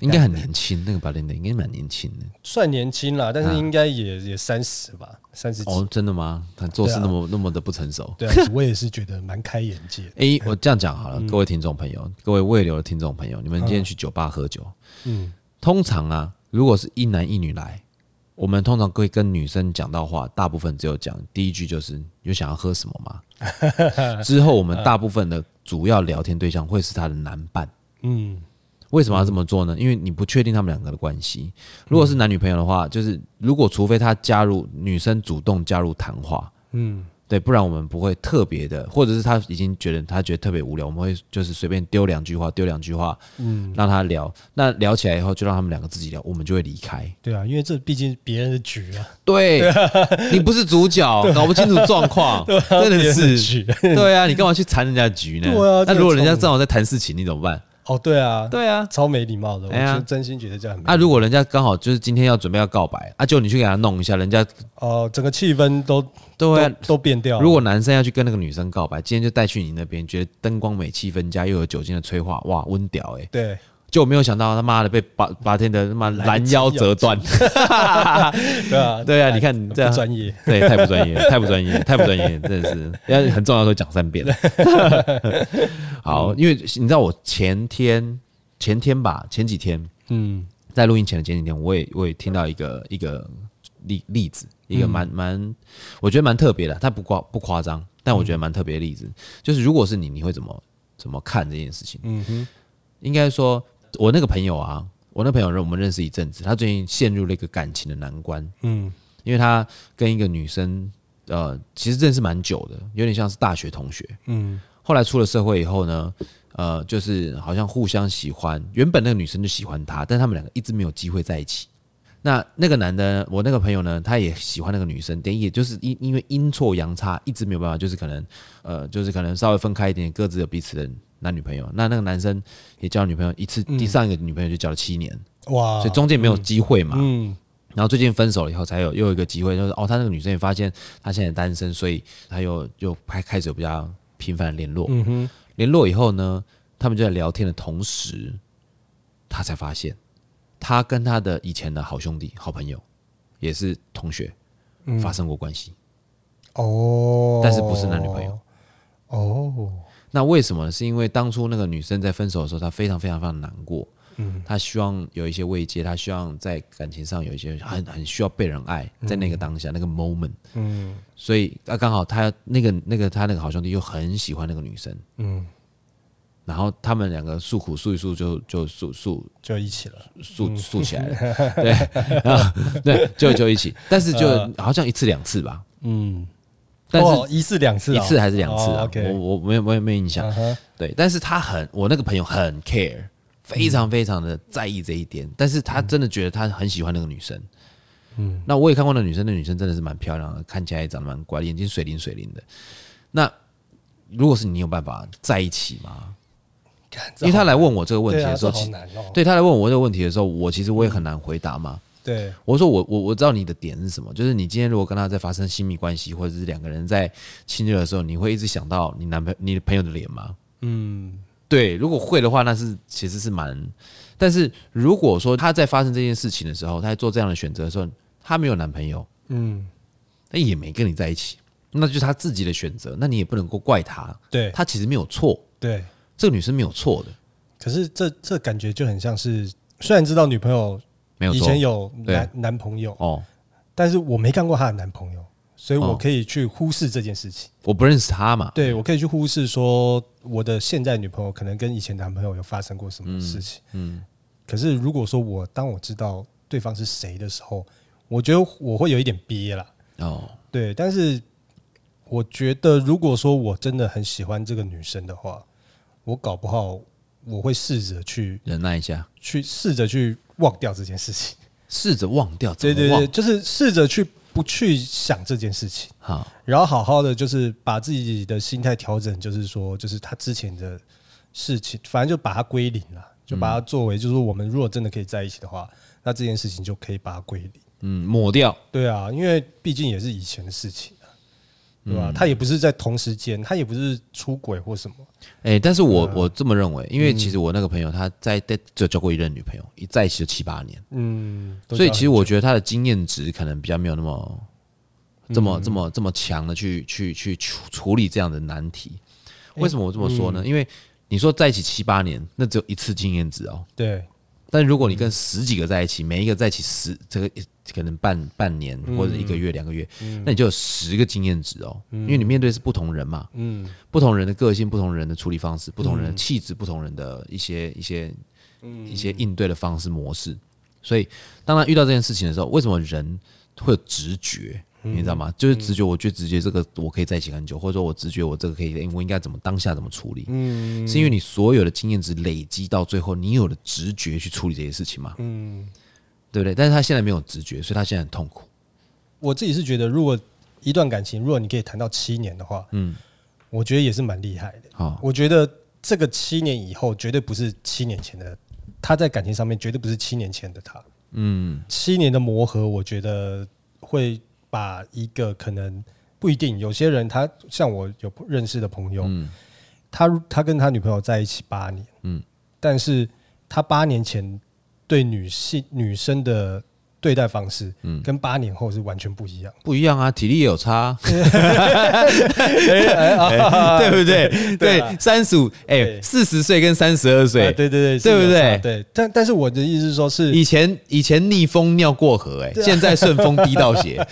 Speaker 1: 应该很年轻，那个 bartender 应该蛮年轻的。
Speaker 2: 算年轻啦，但是
Speaker 1: 啊
Speaker 2: 应该也、也三十吧，三十几。
Speaker 1: 哦，真的吗？他做事那么那么的不成熟。
Speaker 2: 啊 对啊，我也是觉得蛮开眼界的。
Speaker 1: 诶，我这样讲
Speaker 2: 嗯
Speaker 1: 好了，各位听众朋友，各位未流的听众朋友，你们今天去酒吧喝酒，
Speaker 2: 嗯，
Speaker 1: 通常啊，如果是一男一女来，我们通常会跟女生讲到话，大部分只有讲第一句就是“有想要喝什么吗？”之后我们大部分的主要聊天对象会是她的男伴。
Speaker 2: 嗯，
Speaker 1: 为什么要这么做呢？因为你不确定他们两个的关系。如果是男女朋友的话，就是如果除非他加入女生主动加入谈话，
Speaker 2: 嗯，
Speaker 1: 对，不然我们不会特别的，或者是他已经觉得他觉得特别无聊，我们会就是随便丢两句话，丢两句话，嗯，让他聊。那聊起来以后，就让他们两个自己聊，我们就会离开。
Speaker 2: 对啊，因为这毕竟别人的局 啊，
Speaker 1: 对，你不是主角，搞不清楚状 况，真
Speaker 2: 啊别
Speaker 1: 的
Speaker 2: 人的
Speaker 1: 是。
Speaker 2: 局。
Speaker 1: 对啊，你干嘛去缠人家的局呢？
Speaker 2: 对啊
Speaker 1: 那
Speaker 2: 这个
Speaker 1: 如果人家
Speaker 2: 超
Speaker 1: 正好在谈事情，你怎么办？
Speaker 2: 哦，对啊，
Speaker 1: 对啊，
Speaker 2: 超没礼貌的，我
Speaker 1: 哎呀
Speaker 2: 真真心觉得这样很没
Speaker 1: 啊，如果人家刚好就是今天要准备要告白，啊，就你去给他弄一下，人家
Speaker 2: 哦，整个气氛都
Speaker 1: 对
Speaker 2: 都
Speaker 1: 啊。
Speaker 2: 都变掉了。
Speaker 1: 如果男生要去跟那个女生告白，今天就带去你那边，觉得灯光美、气氛佳，又有酒精的催化，哇，温屌哎、欸！
Speaker 2: 对，
Speaker 1: 就没有想到他妈的被八八天的他妈拦腰折断，
Speaker 2: 对啊，
Speaker 1: 对啊，你看你
Speaker 2: 不
Speaker 1: 这样，
Speaker 2: 专业。
Speaker 1: 对，太不专业了，太不专业了，太不专业 了，真的是要很重要的时候讲三 遍。好，因为你知道我前天前天吧，前几天
Speaker 2: 嗯
Speaker 1: 在录音前的前几天，我也我也听到一个一个例例子，一个蛮蛮、我觉得蛮特别的，它不夸不夸张，但我觉得蛮特别的例子，就是如果是你，你会怎么怎么看这件事情？
Speaker 2: 嗯哼，
Speaker 1: 应该说，我那个朋友啊，我那朋友我们认识一阵子，他最近陷入了一个感情的难关，
Speaker 2: 嗯
Speaker 1: 因为他跟一个女生，呃，其实认识蛮久的，有点像是大学同学。
Speaker 2: 嗯
Speaker 1: 后来出了社会以后呢，呃，就是好像互相喜欢。原本那个女生就喜欢他，但他们两个一直没有机会在一起。那那个男的，我那个朋友呢，他也喜欢那个女生，但也就是因因为阴错阳差，一直没有办法，就是可能，呃，就是可能稍微分开一点，各自有彼此的男女朋友。那那个男生也交了女朋友一次，第上一个女朋友就交了七年，
Speaker 2: 哇，
Speaker 1: 所以中间没有机会嘛。
Speaker 2: 啊嗯。
Speaker 1: 然后最近分手了以后，才有又有一个机会，就是哦，他那个女生也发现他现在单身，所以他又又开开始有比较频繁的联络。
Speaker 2: 嗯哼，
Speaker 1: 联络以后呢，他们就在聊天的同时，他才发现，他跟他的以前的好兄弟、好朋友，也是同学，
Speaker 2: 嗯
Speaker 1: 发生过关系。
Speaker 2: 哦，
Speaker 1: 但是不是男女朋友？
Speaker 2: 哦，
Speaker 1: 那为什么呢？是因为当初那个女生在分手的时候，她非常非常非常难过，嗯，她希望有一些慰藉，她希望在感情上有一些很很需要被人爱，在那个当下、那个 moment，
Speaker 2: 嗯
Speaker 1: 所以啊，刚好他那个那个他那个好兄弟又很喜欢那个女生，
Speaker 2: 嗯，
Speaker 1: 然后他们两个诉苦诉一诉就就诉诉
Speaker 2: 就一起了。
Speaker 1: 诉诉起来了， 对，然后对就就一起，但是就好像一次两次吧，
Speaker 2: 嗯，
Speaker 1: 但是
Speaker 2: 呃哦一次两次
Speaker 1: 一
Speaker 2: 啊，
Speaker 1: 次还是两次
Speaker 2: 哦
Speaker 1: 啊？
Speaker 2: ？OK，
Speaker 1: 我我没有我也没有印象
Speaker 2: 嗯，哼
Speaker 1: 对，但是他很我那个朋友很
Speaker 2: 嗯
Speaker 1: care，非常非常的在意这一点，但是他真的觉得他很喜欢那个女生，
Speaker 2: 嗯
Speaker 1: 那我也看过那女生，那女生真的是蛮漂亮的，看起来也长得蛮乖，眼睛水灵水灵的。那如果是你有办法在一起吗？
Speaker 2: 干这
Speaker 1: 因为
Speaker 2: 好
Speaker 1: 他来问我这个问
Speaker 2: 对
Speaker 1: 题
Speaker 2: 啊
Speaker 1: 的时候，
Speaker 2: 这
Speaker 1: 其
Speaker 2: 好
Speaker 1: 实
Speaker 2: 难哦。
Speaker 1: 对他来问我这个问题的时候，我其实我也很难回答嘛。
Speaker 2: 对
Speaker 1: 我说我我我知道你的点是什么，就是你今天如果跟他在发生亲密关系，或者是两个人在亲热的时候，你会一直想到你男朋友你的朋友的脸吗？
Speaker 2: 嗯，
Speaker 1: 对，如果会的话，那是其实是蛮。但是如果说他在发生这件事情的时候，他在做这样的选择的时候，他没有男朋友，
Speaker 2: 嗯，
Speaker 1: 那也没跟你在一起，那就是他自己的选择，那你也不能够怪他，
Speaker 2: 对
Speaker 1: 他其实没有错，
Speaker 2: 对。
Speaker 1: 这个女生没有错的，
Speaker 2: 可是这这感觉就很像是，虽然知道女朋友
Speaker 1: 没有
Speaker 2: 以
Speaker 1: 错
Speaker 2: 前。有
Speaker 1: 对
Speaker 2: 男男朋友，
Speaker 1: 哦，
Speaker 2: 但是我没看过她的男朋友，所以
Speaker 1: 哦
Speaker 2: 我可以去忽视这件事情。
Speaker 1: 我不认识他嘛，
Speaker 2: 对我可以去忽视说我的现在女朋友可能跟以前男朋友有发生过什么事情。
Speaker 1: 嗯，
Speaker 2: 可是如果说我当我知道对方是谁的时候，我觉得我会有一点憋啦。
Speaker 1: 哦，
Speaker 2: 对，但是我觉得如果说我真的很喜欢这个女生的话，我搞不好我会试着去
Speaker 1: 忍耐一下，
Speaker 2: 去试着去忘掉这件事情。
Speaker 1: 试着忘掉，
Speaker 2: 对
Speaker 1: 怎
Speaker 2: 对
Speaker 1: 么忘
Speaker 2: 对，就是试着去不去想这件事情。
Speaker 1: 好，
Speaker 2: 然后好好的就是把自己的心态调整，就是说，就是他之前的事情，反正就把它归零了，就
Speaker 1: 嗯
Speaker 2: 把它作为，就是我们如果真的可以在一起的话，那这件事情就可以把它归零。
Speaker 1: 嗯，抹掉，
Speaker 2: 对啊，因为毕竟也是以前的事情啊，对
Speaker 1: 嗯
Speaker 2: 吧、他也不是在同时间，他也不是出轨或什么。
Speaker 1: 哎、但是我、我这么认为，因为其实我那个朋友他在在就交过一任女朋友，一在一起就七八年，
Speaker 2: 嗯，都
Speaker 1: 所以
Speaker 2: 这样
Speaker 1: 其实我觉得他的经验值可能比较没有那么这么、这么这么强的去去去处处理这样的难题。为什么我这么说呢？因为你说在一起七八年，那只有一次经验值哦。
Speaker 2: 对，
Speaker 1: 但如果你跟十几个在一起，每一个在一起十这个可能半半年或者一个月、两个月，那你就有十个经验值哦，因为你面对是不同人嘛，
Speaker 2: 嗯
Speaker 1: 不同人的个性、不同人的处理方式、不同人的气质、不同人的一些一些一些应对的方式模式。所以，当他遇到这件事情的时候，为什么人会有直觉？你知道吗？就是直觉，我觉得直觉这个我可以在一起很久，或者说我直觉我这个可以，诶我应该怎么当下怎么处理？
Speaker 2: 嗯
Speaker 1: 是因为你所有的经验值累积到最后，你有了直觉去处理这些事情嘛，
Speaker 2: 嗯，
Speaker 1: 对不对？但是他现在没有直觉，所以他现在很痛苦。
Speaker 2: 我自己是觉得，如果一段感情，如果你可以谈到七年的话，
Speaker 1: 嗯，
Speaker 2: 我觉得也是蛮厉害的。
Speaker 1: 好、
Speaker 2: 我觉得这个七年以后，绝对不是七年前的他在感情上面，绝对不是七年前的他。
Speaker 1: 嗯，
Speaker 2: 七年的磨合，我觉得会把一个可能不一定，有些人他像我有认识的朋友，
Speaker 1: 嗯
Speaker 2: 他他跟他女朋友在一起八年，
Speaker 1: 嗯
Speaker 2: 嗯，但是他八年前对女性女生的对待方式，
Speaker 1: 嗯
Speaker 2: 嗯，跟八年后是完全不一样。
Speaker 1: 不一样啊，体力也有差 啊、对啊
Speaker 2: 哎对
Speaker 1: 不对？
Speaker 2: 对
Speaker 1: 对
Speaker 2: 啊，
Speaker 1: 三十五，哎，
Speaker 2: 对
Speaker 1: 四十岁跟三十二
Speaker 2: 啊对
Speaker 1: 岁，
Speaker 2: 对对对，
Speaker 1: 对不
Speaker 2: 是有差
Speaker 1: 对
Speaker 2: 对，但但是我的意思是说是，
Speaker 1: 以前以前逆风尿过河，哎，现在顺风滴到 血，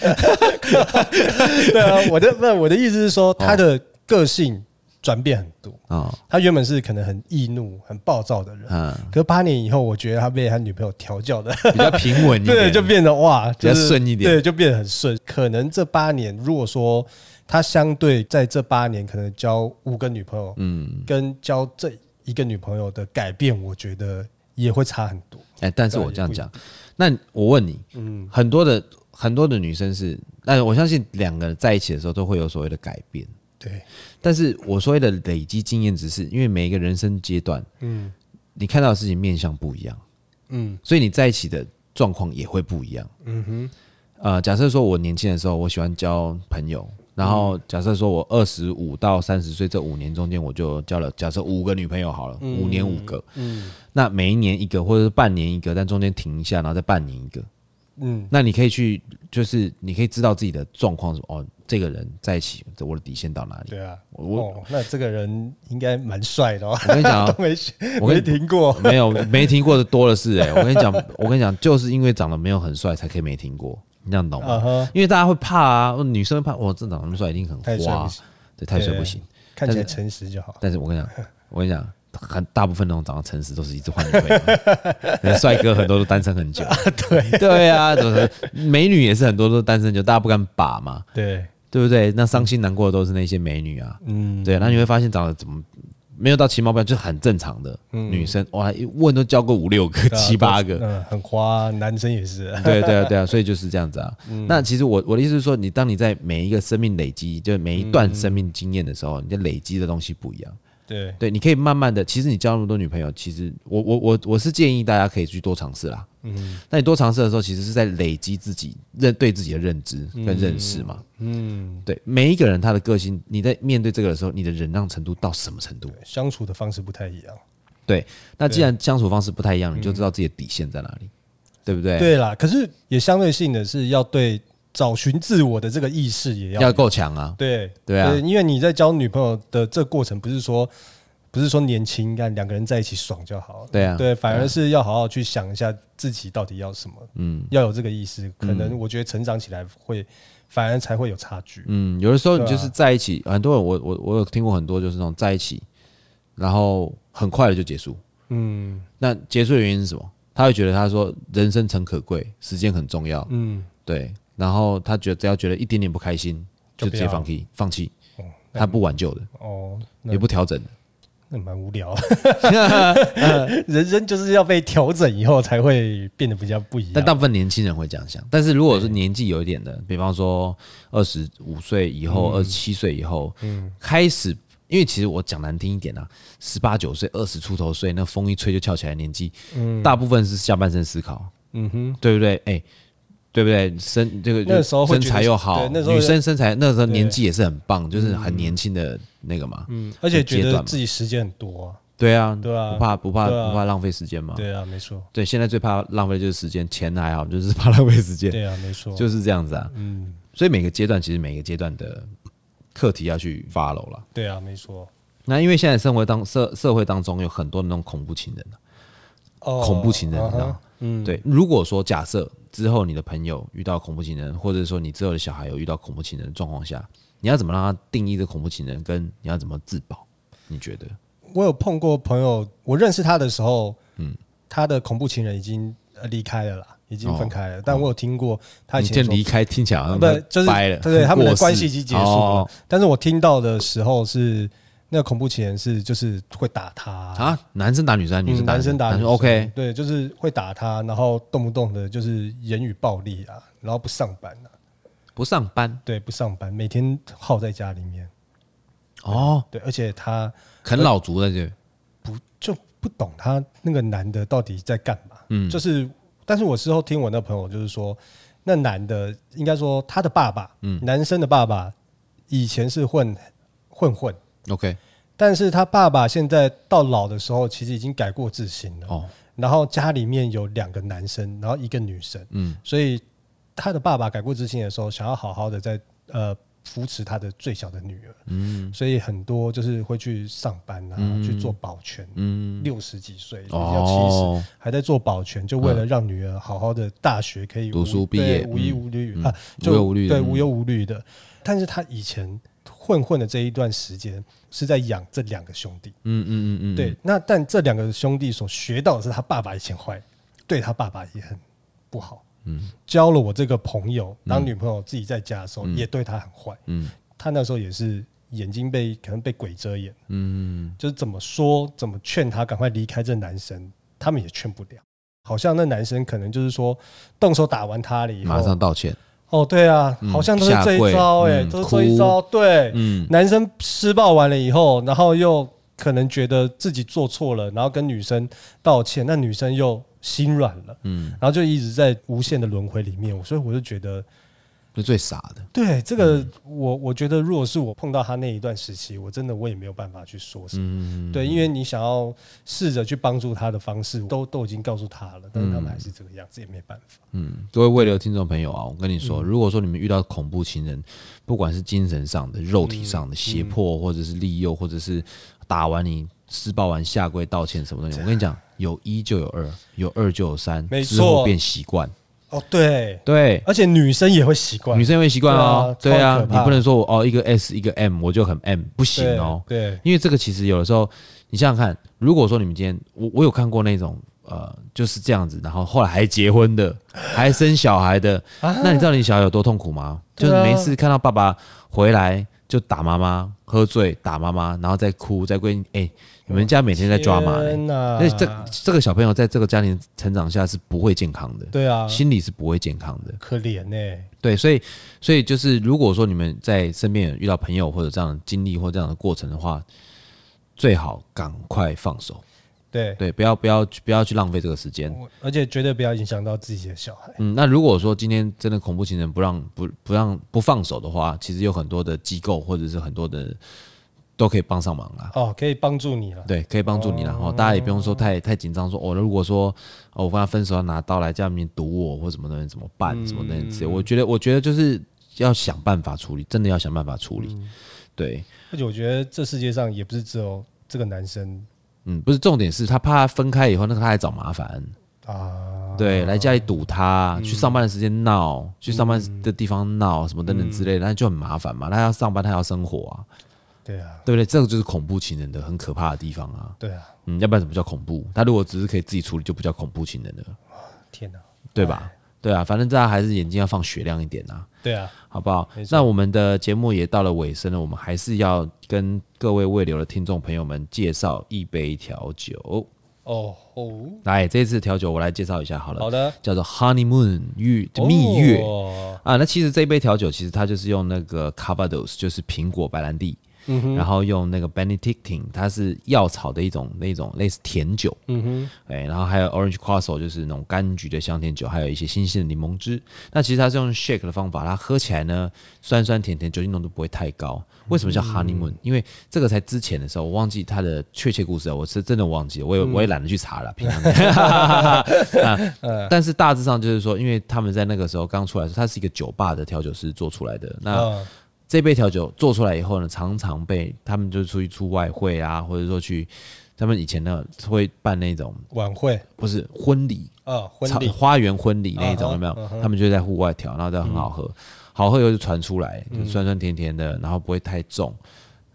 Speaker 2: 对啊，我的不，我的意思是说，他的个性转变很多。
Speaker 1: 哦，
Speaker 2: 他原本是可能很易怒、很暴躁的人，
Speaker 1: 嗯，
Speaker 2: 可八年以后，我觉得他被他女朋友调教的，
Speaker 1: 比较平稳一
Speaker 2: 对，
Speaker 1: 点，
Speaker 2: 就变得哇，
Speaker 1: 比较
Speaker 2: 就是
Speaker 1: 顺一点
Speaker 2: 对，就变得很顺。可能这八年，如果说他相对在这八年可能交五个女朋友，
Speaker 1: 嗯，
Speaker 2: 跟交这一个女朋友的改变，我觉得也会差很多。
Speaker 1: 哎，但是我这样讲，那我问你，
Speaker 2: 嗯，
Speaker 1: 很多的很多的女生是，那我相信两个人在一起的时候都会有所谓的改变，
Speaker 2: 对，
Speaker 1: 但是我所谓的累积经验，只是因为每一个人生阶段，
Speaker 2: 嗯
Speaker 1: 你看到的事情面向不一样，
Speaker 2: 嗯
Speaker 1: 所以你在一起的状况也会不一样。
Speaker 2: 嗯哼，
Speaker 1: 呃，假设说我年轻的时候，我喜欢交朋友，然后假设说我二十五到三十岁这五年中间，我就交了假设五个女朋友好了，五年五个，
Speaker 2: 嗯
Speaker 1: 那每一年一个或者是半年一个，但中间停一下，然后再半年一个，
Speaker 2: 嗯
Speaker 1: 那你可以去就是你可以知道自己的状况是什么哦，这个人在一起，我的底线到哪里？
Speaker 2: 对啊。
Speaker 1: 我
Speaker 2: 哦，那这个人应该蛮帅的哦，
Speaker 1: 我跟你讲、
Speaker 2: 都
Speaker 1: 哦，
Speaker 2: 没
Speaker 1: 我跟
Speaker 2: 没
Speaker 1: 你
Speaker 2: 听过。
Speaker 1: 没有没听过的多的是哎、我跟你讲，我跟你讲，就是因为长得没有很帅，才可以没听过，你这样懂吗
Speaker 2: 啊哈，
Speaker 1: 因为大家会怕啊，女生会怕，哇，这长得那么帅一定很
Speaker 2: 太帅
Speaker 1: 花
Speaker 2: 不
Speaker 1: 啊
Speaker 2: 行，
Speaker 1: 对，太帅
Speaker 2: 对
Speaker 1: 不行。
Speaker 2: 看起来诚实就好。
Speaker 1: 但是我跟你讲，我跟你讲，很大部分那种长得诚实都是一直换女朋友，对帅哥很多都单身很久，对对啊，怎么美女也是很多都单身很久，大家不敢把嘛，
Speaker 2: 对，
Speaker 1: 对不对？那伤心难过的都是那些美女啊，
Speaker 2: 嗯，
Speaker 1: 对，那你会发现长得怎么没有到其貌不扬，就是很正常的女生，哇，一问都交过五六个、
Speaker 2: 嗯对啊
Speaker 1: 七八
Speaker 2: 都
Speaker 1: 个
Speaker 2: 是，嗯，很花，男生也是，
Speaker 1: 对对啊，对啊，所以就是这样子啊。
Speaker 2: 嗯
Speaker 1: 那其实我我的意思是说，你当你在每一个生命累积，就是每一段生命经验的时候，你的累积的东西不一样。
Speaker 2: 对，
Speaker 1: 对，你可以慢慢的，其实你交那么多女朋友，其实我我我我是建议大家可以去多尝试啦。
Speaker 2: 嗯
Speaker 1: 那你多尝试的时候，其实是在累积自己认对自己的认知跟认识嘛。
Speaker 2: 嗯，
Speaker 1: 对，每一个人他的个性，你在面对这个的时候，你的忍让程度到什么程度？
Speaker 2: 相处的方式不太一样。
Speaker 1: 对，那既然相处方式不太一样，你就知道自己的底线在哪里，对不对？，
Speaker 2: 嗯对啦，可是也相对性的是要对找寻自我的这个意识也要
Speaker 1: 要够强啊。
Speaker 2: 对
Speaker 1: 对啊
Speaker 2: 因为你在交女朋友的这个过程，不是说不是说年轻，看两个人在一起爽就好了，
Speaker 1: 对啊
Speaker 2: 对，反而是要好好去想一下自己到底要什么，
Speaker 1: 嗯
Speaker 2: 要有这个意识，可能我觉得成长起来会反而才会有差距，
Speaker 1: 嗯，有的时候你
Speaker 2: 对啊
Speaker 1: 就是在一起，很多人我我我有听过很多就是那种在一起，然后很快的就结束。
Speaker 2: 嗯
Speaker 1: 那结束的原因是什么？他会觉得他说人生诚可贵，时间很重要，
Speaker 2: 嗯，
Speaker 1: 对。然后他觉得只要觉得一点点不开心，
Speaker 2: 就
Speaker 1: 就
Speaker 2: 不
Speaker 1: 直
Speaker 2: 要
Speaker 1: 接放弃，放弃，
Speaker 2: 哦
Speaker 1: 他不挽救的，
Speaker 2: 哦，那
Speaker 1: 也不调整的。
Speaker 2: 那蛮无聊，啊 人生就是要被调整以后才会变得比较不一
Speaker 1: 但
Speaker 2: 样，
Speaker 1: 大部分年轻人会这样想，但是如果是年纪有一点
Speaker 2: 嗯
Speaker 1: 的，比方说二十五岁以后、二十七岁以后，
Speaker 2: 嗯
Speaker 1: 开始，因为其实我讲难听一点啊，十八九岁、二十出头岁，那风一吹就翘起来的年纪，大部分是下半身思考，
Speaker 2: 嗯哼，
Speaker 1: 对不对？哎、对不对？身这个
Speaker 2: 那时候会
Speaker 1: 身
Speaker 2: 觉得
Speaker 1: 材又好，
Speaker 2: 对那时候
Speaker 1: 女生身材那时候
Speaker 2: 对
Speaker 1: 年纪也是很棒，就是很年轻的那个嘛，
Speaker 2: 嗯，而且觉
Speaker 1: 阶
Speaker 2: 得
Speaker 1: 段嘛
Speaker 2: 自己时间很多啊，
Speaker 1: 对啊，
Speaker 2: 对啊
Speaker 1: 不怕不怕
Speaker 2: 对啊
Speaker 1: 不怕浪费时间嘛。
Speaker 2: 对啊，没错，
Speaker 1: 对，现在最怕浪费就是时间，钱还好，就是怕浪费时间。
Speaker 2: 对啊，没错，
Speaker 1: 就是这样子啊。
Speaker 2: 嗯，
Speaker 1: 所以每个阶段其实每个阶段的课题要去 follow 了。
Speaker 2: 对啊，没错。
Speaker 1: 那因为现在社会当社社会当中有很多那种恐怖情人啊、
Speaker 2: 哦
Speaker 1: 恐怖情人，你知道
Speaker 2: 嗯
Speaker 1: 吗
Speaker 2: 哼？嗯，
Speaker 1: 对，如果说假设之后你的朋友遇到恐怖情人，或者说你之后的小孩有遇到恐怖情人的状况下，你要怎么让他定义这恐怖情人，跟你要怎么自保？你觉得？
Speaker 2: 我有碰过朋友，我认识他的时候，嗯，他的恐怖情人已经呃离开了啦，已经分开了。但我有听过他以
Speaker 1: 哦你
Speaker 2: 前
Speaker 1: 这
Speaker 2: 说呃
Speaker 1: 离开听起来好像
Speaker 2: 不就是
Speaker 1: 掰了，
Speaker 2: 对对，他们的
Speaker 1: 过世
Speaker 2: 关系已经结束了。
Speaker 1: 哦
Speaker 2: 但是我听到的时候是那个恐怖情人是就是会打他啊
Speaker 1: 啊，男生打女生，女生
Speaker 2: 嗯、
Speaker 1: 打
Speaker 2: 男生打
Speaker 1: 男
Speaker 2: 女
Speaker 1: 生
Speaker 2: 生
Speaker 1: OK，
Speaker 2: 对，就是会打他，然后动不动的就是言语暴力啊，然后不上班啊，
Speaker 1: 不上班
Speaker 2: 对，不上班，每天耗在家里面，
Speaker 1: 哦，
Speaker 2: 对，而且他
Speaker 1: 啃老族的就
Speaker 2: 不就不懂他那个男的到底在干嘛。
Speaker 1: 嗯
Speaker 2: 就是，但是我事后听我那朋友就是说，那男的应该说他的爸爸，
Speaker 1: 嗯
Speaker 2: 男生的爸爸以前是混混混，
Speaker 1: OK
Speaker 2: 但是他爸爸现在到老的时候，其实已经改过自新了。
Speaker 1: 哦，
Speaker 2: 然后家里面有两个男生，然后一个女生，
Speaker 1: 嗯
Speaker 2: 所以他的爸爸改过自新的时候，想要好好的在呃扶持他的最小的女儿，
Speaker 1: 嗯
Speaker 2: 所以很多就是会去上班啊，
Speaker 1: 嗯
Speaker 2: 去做保全，
Speaker 1: 嗯，
Speaker 2: 六十几岁，要七十，
Speaker 1: 哦，嗯
Speaker 2: 还在做保全，就为了让女儿好好的大学可以
Speaker 1: 读
Speaker 2: 无
Speaker 1: 书毕业嗯
Speaker 2: 对无忧无虑啊，
Speaker 1: 无忧无虑的嗯
Speaker 2: 对无忧无虑的。但是他以前混混的这一段时间是在养这两个兄弟，
Speaker 1: 嗯嗯嗯嗯，
Speaker 2: 对，那但这两个兄弟所学到的是他爸爸以前坏，对他爸爸也很不好。
Speaker 1: 嗯
Speaker 2: 交了我这个朋友当女朋友，自己在家的时候、也对他很坏，
Speaker 1: 嗯
Speaker 2: 他那时候也是眼睛被可能被鬼遮眼，
Speaker 1: 嗯，
Speaker 2: 就是怎么说怎么劝他赶快离开这男生，他们也劝不了。好像那男生可能就是说动手打完他了以后，
Speaker 1: 马上道歉，
Speaker 2: 哦，对啊，
Speaker 1: 嗯
Speaker 2: 好像都是
Speaker 1: 下
Speaker 2: 这
Speaker 1: 跪
Speaker 2: 一招哎、
Speaker 1: 嗯
Speaker 2: 都是这一招。对，
Speaker 1: 嗯
Speaker 2: 男生施暴完了以后，然后又可能觉得自己做错了，然后跟女生道歉，那女生又心软了，
Speaker 1: 嗯，
Speaker 2: 然后就一直在无限的轮回里面。所以我就觉得，
Speaker 1: 是最傻的，
Speaker 2: 对这
Speaker 1: 嗯
Speaker 2: 个我我觉得，如果是我碰到他那一段时期，我真的我也没有办法去说什么。
Speaker 1: 嗯，
Speaker 2: 对，因为你想要试着去帮助他的方式，都都已经告诉他了，但是他们还是这个样子，也没办法。
Speaker 1: 嗯，各位未留听众朋友啊，我跟你
Speaker 2: 嗯
Speaker 1: 说，如果说你们遇到恐怖情人，不管是精神上的、肉体上的胁
Speaker 2: 嗯
Speaker 1: 迫，或者是利诱，或者是打完你、施暴完下跪道歉什么东西，我跟你讲，有一就有二，有二就有三，
Speaker 2: 没
Speaker 1: 之后
Speaker 2: 错
Speaker 1: 变习惯，
Speaker 2: 哦，对，
Speaker 1: 对，
Speaker 2: 而且女生也会习惯，
Speaker 1: 女生会习惯哦，
Speaker 2: 对啊
Speaker 1: 对
Speaker 2: 超
Speaker 1: 啊，
Speaker 2: 可
Speaker 1: 你
Speaker 2: 怕
Speaker 1: 不能说我哦一个 S 一个 M 我就很 M，不行
Speaker 2: 对
Speaker 1: 哦，
Speaker 2: 对，
Speaker 1: 因为这个其实有的时候，你想想看，如果说你们今天，我我有看过那种呃，就是这样子，然后后来还结婚 的，还生小孩的，那你知道你小孩有多痛苦吗？就是
Speaker 2: 啊对啊
Speaker 1: 每次看到爸爸回来。就打妈妈，喝醉打妈妈，然后再哭，再归哎、你们家每天在抓马、欸，
Speaker 2: 天啊哪
Speaker 1: 那这这个小朋友在这个家庭成长下是不会健康的，
Speaker 2: 对啊，
Speaker 1: 心理是不会健康的。
Speaker 2: 可怜欸呢，
Speaker 1: 对，所以所以就是，如果说你们在身边有遇到朋友或者这样的经历或这样的过程的话，最好赶快放手，
Speaker 2: 对，
Speaker 1: 对，不要不要不要去浪费这个时间。
Speaker 2: 我而且绝对不要影响到自己的小孩。
Speaker 1: 嗯，那如果说今天真的恐怖情人不让不不让不放手的话，其实有很多的机构或者是很多的都可以帮上忙啊啦。
Speaker 2: 哦，可以帮助你了。
Speaker 1: 对，可以帮助你啦，然后、大家也不用说太太紧张，说哦，如果说哦我跟他分手要拿刀来家里面堵我或什么东西怎么办，什么东西之类，我觉得我觉得就是要想办法处理，真的要想办法处理。对，
Speaker 2: 而且我觉得这世界上也不是只有这个男生
Speaker 1: 嗯，不是重点是他怕他分开以后，那个他还找麻烦，
Speaker 2: 啊，
Speaker 1: 对，来家里堵他，去上班的时间闹，去上班的地方闹，什么等等之类的，那就很麻烦嘛。他要上班，他要生活啊，
Speaker 2: 对啊，
Speaker 1: 对不对？这个就是恐怖情人的很可怕的地方啊。
Speaker 2: 对啊，
Speaker 1: 嗯，要不然怎么叫恐怖？他如果只是可以自己处理，就不叫恐怖情人了，
Speaker 2: 天哪，
Speaker 1: 对吧？
Speaker 2: 哎
Speaker 1: 对啊，反正大家还是眼睛要放雪亮一点啊。
Speaker 2: 对啊，
Speaker 1: 好不好？那我们的节目也到了尾声了，我们还是要跟各位未留的听众朋友们介绍一杯调酒。
Speaker 2: 哦哦，
Speaker 1: 来，这次调酒我来介绍一下好了，
Speaker 2: 好的，
Speaker 1: 叫做 Honeymoon 月蜜月、
Speaker 2: 哦
Speaker 1: 啊。那其实这一杯调酒其实它就是用那个 Calvados，就是苹果白兰地，然后用那个 Benedictine，它是药草的一种那种类似甜酒，嗯哼，哎，然后还有 Orange Castle 就是那种柑橘的香甜酒，还有一些新鲜的柠檬汁。那其实它是用 shake 的方法，它喝起来呢酸酸甜甜，酒精浓度不会太高。为什么叫 honeymoon？、因为这个才之前的时候，我忘记它的确切故事了，我是真的忘记了，我也我也懒得去查了，平常 啊。但是大致上就是说，因为他们在那个时候刚出来的时候，它是一个酒吧的调酒师做出来的，那。
Speaker 2: 嗯
Speaker 1: 这杯调酒做出来以后呢，常常被他们就是出去出外汇啊，或者说去他们以前呢会办那种
Speaker 2: 晚会
Speaker 1: 不是婚礼，
Speaker 2: 啊，婚
Speaker 1: 草
Speaker 2: 礼
Speaker 1: 花园婚礼那一
Speaker 2: 嗯
Speaker 1: 种
Speaker 2: 哼
Speaker 1: 有没有？他们就在户外调，然后都很好喝，
Speaker 2: 嗯
Speaker 1: 好喝以后就传出来，就酸酸甜甜的，然后不会太重。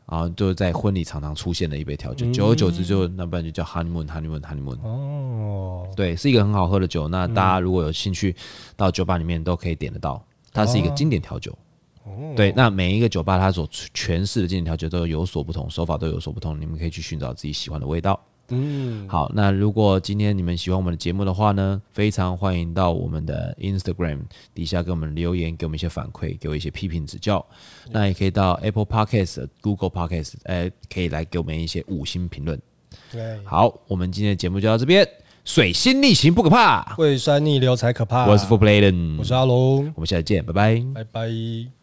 Speaker 1: 然后就在婚礼常常出现的一杯调
Speaker 2: 嗯
Speaker 1: 酒，久而久之就那不然就叫 honeymoon honeymoon honeymoon，
Speaker 2: 哦，
Speaker 1: 对，是一个很好喝的酒。那大家如果有兴趣，到酒吧里面都可以点得到。它是一个经典调酒。对，那每一个酒吧它所诠释的经典调酒都有所不同，手法都有所不同，你们可以去寻找自己喜欢的味道。嗯，好，那如果今天你们喜欢我们的节目的话呢，非常欢迎到我们的 Instagram 底下给我们留言，给我们一些反馈，给我一些批评指教。那也可以到 Apple Podcast、Google Podcast，呃，可以来给我们一些五星评论。
Speaker 2: 对，
Speaker 1: 好，我们今天的节目就到这边。水星逆行不可怕，
Speaker 2: 胃酸逆流才可怕。
Speaker 1: 我是 For Playen，
Speaker 2: 我是阿龙，
Speaker 1: 我们下次见，拜拜。
Speaker 2: 拜拜。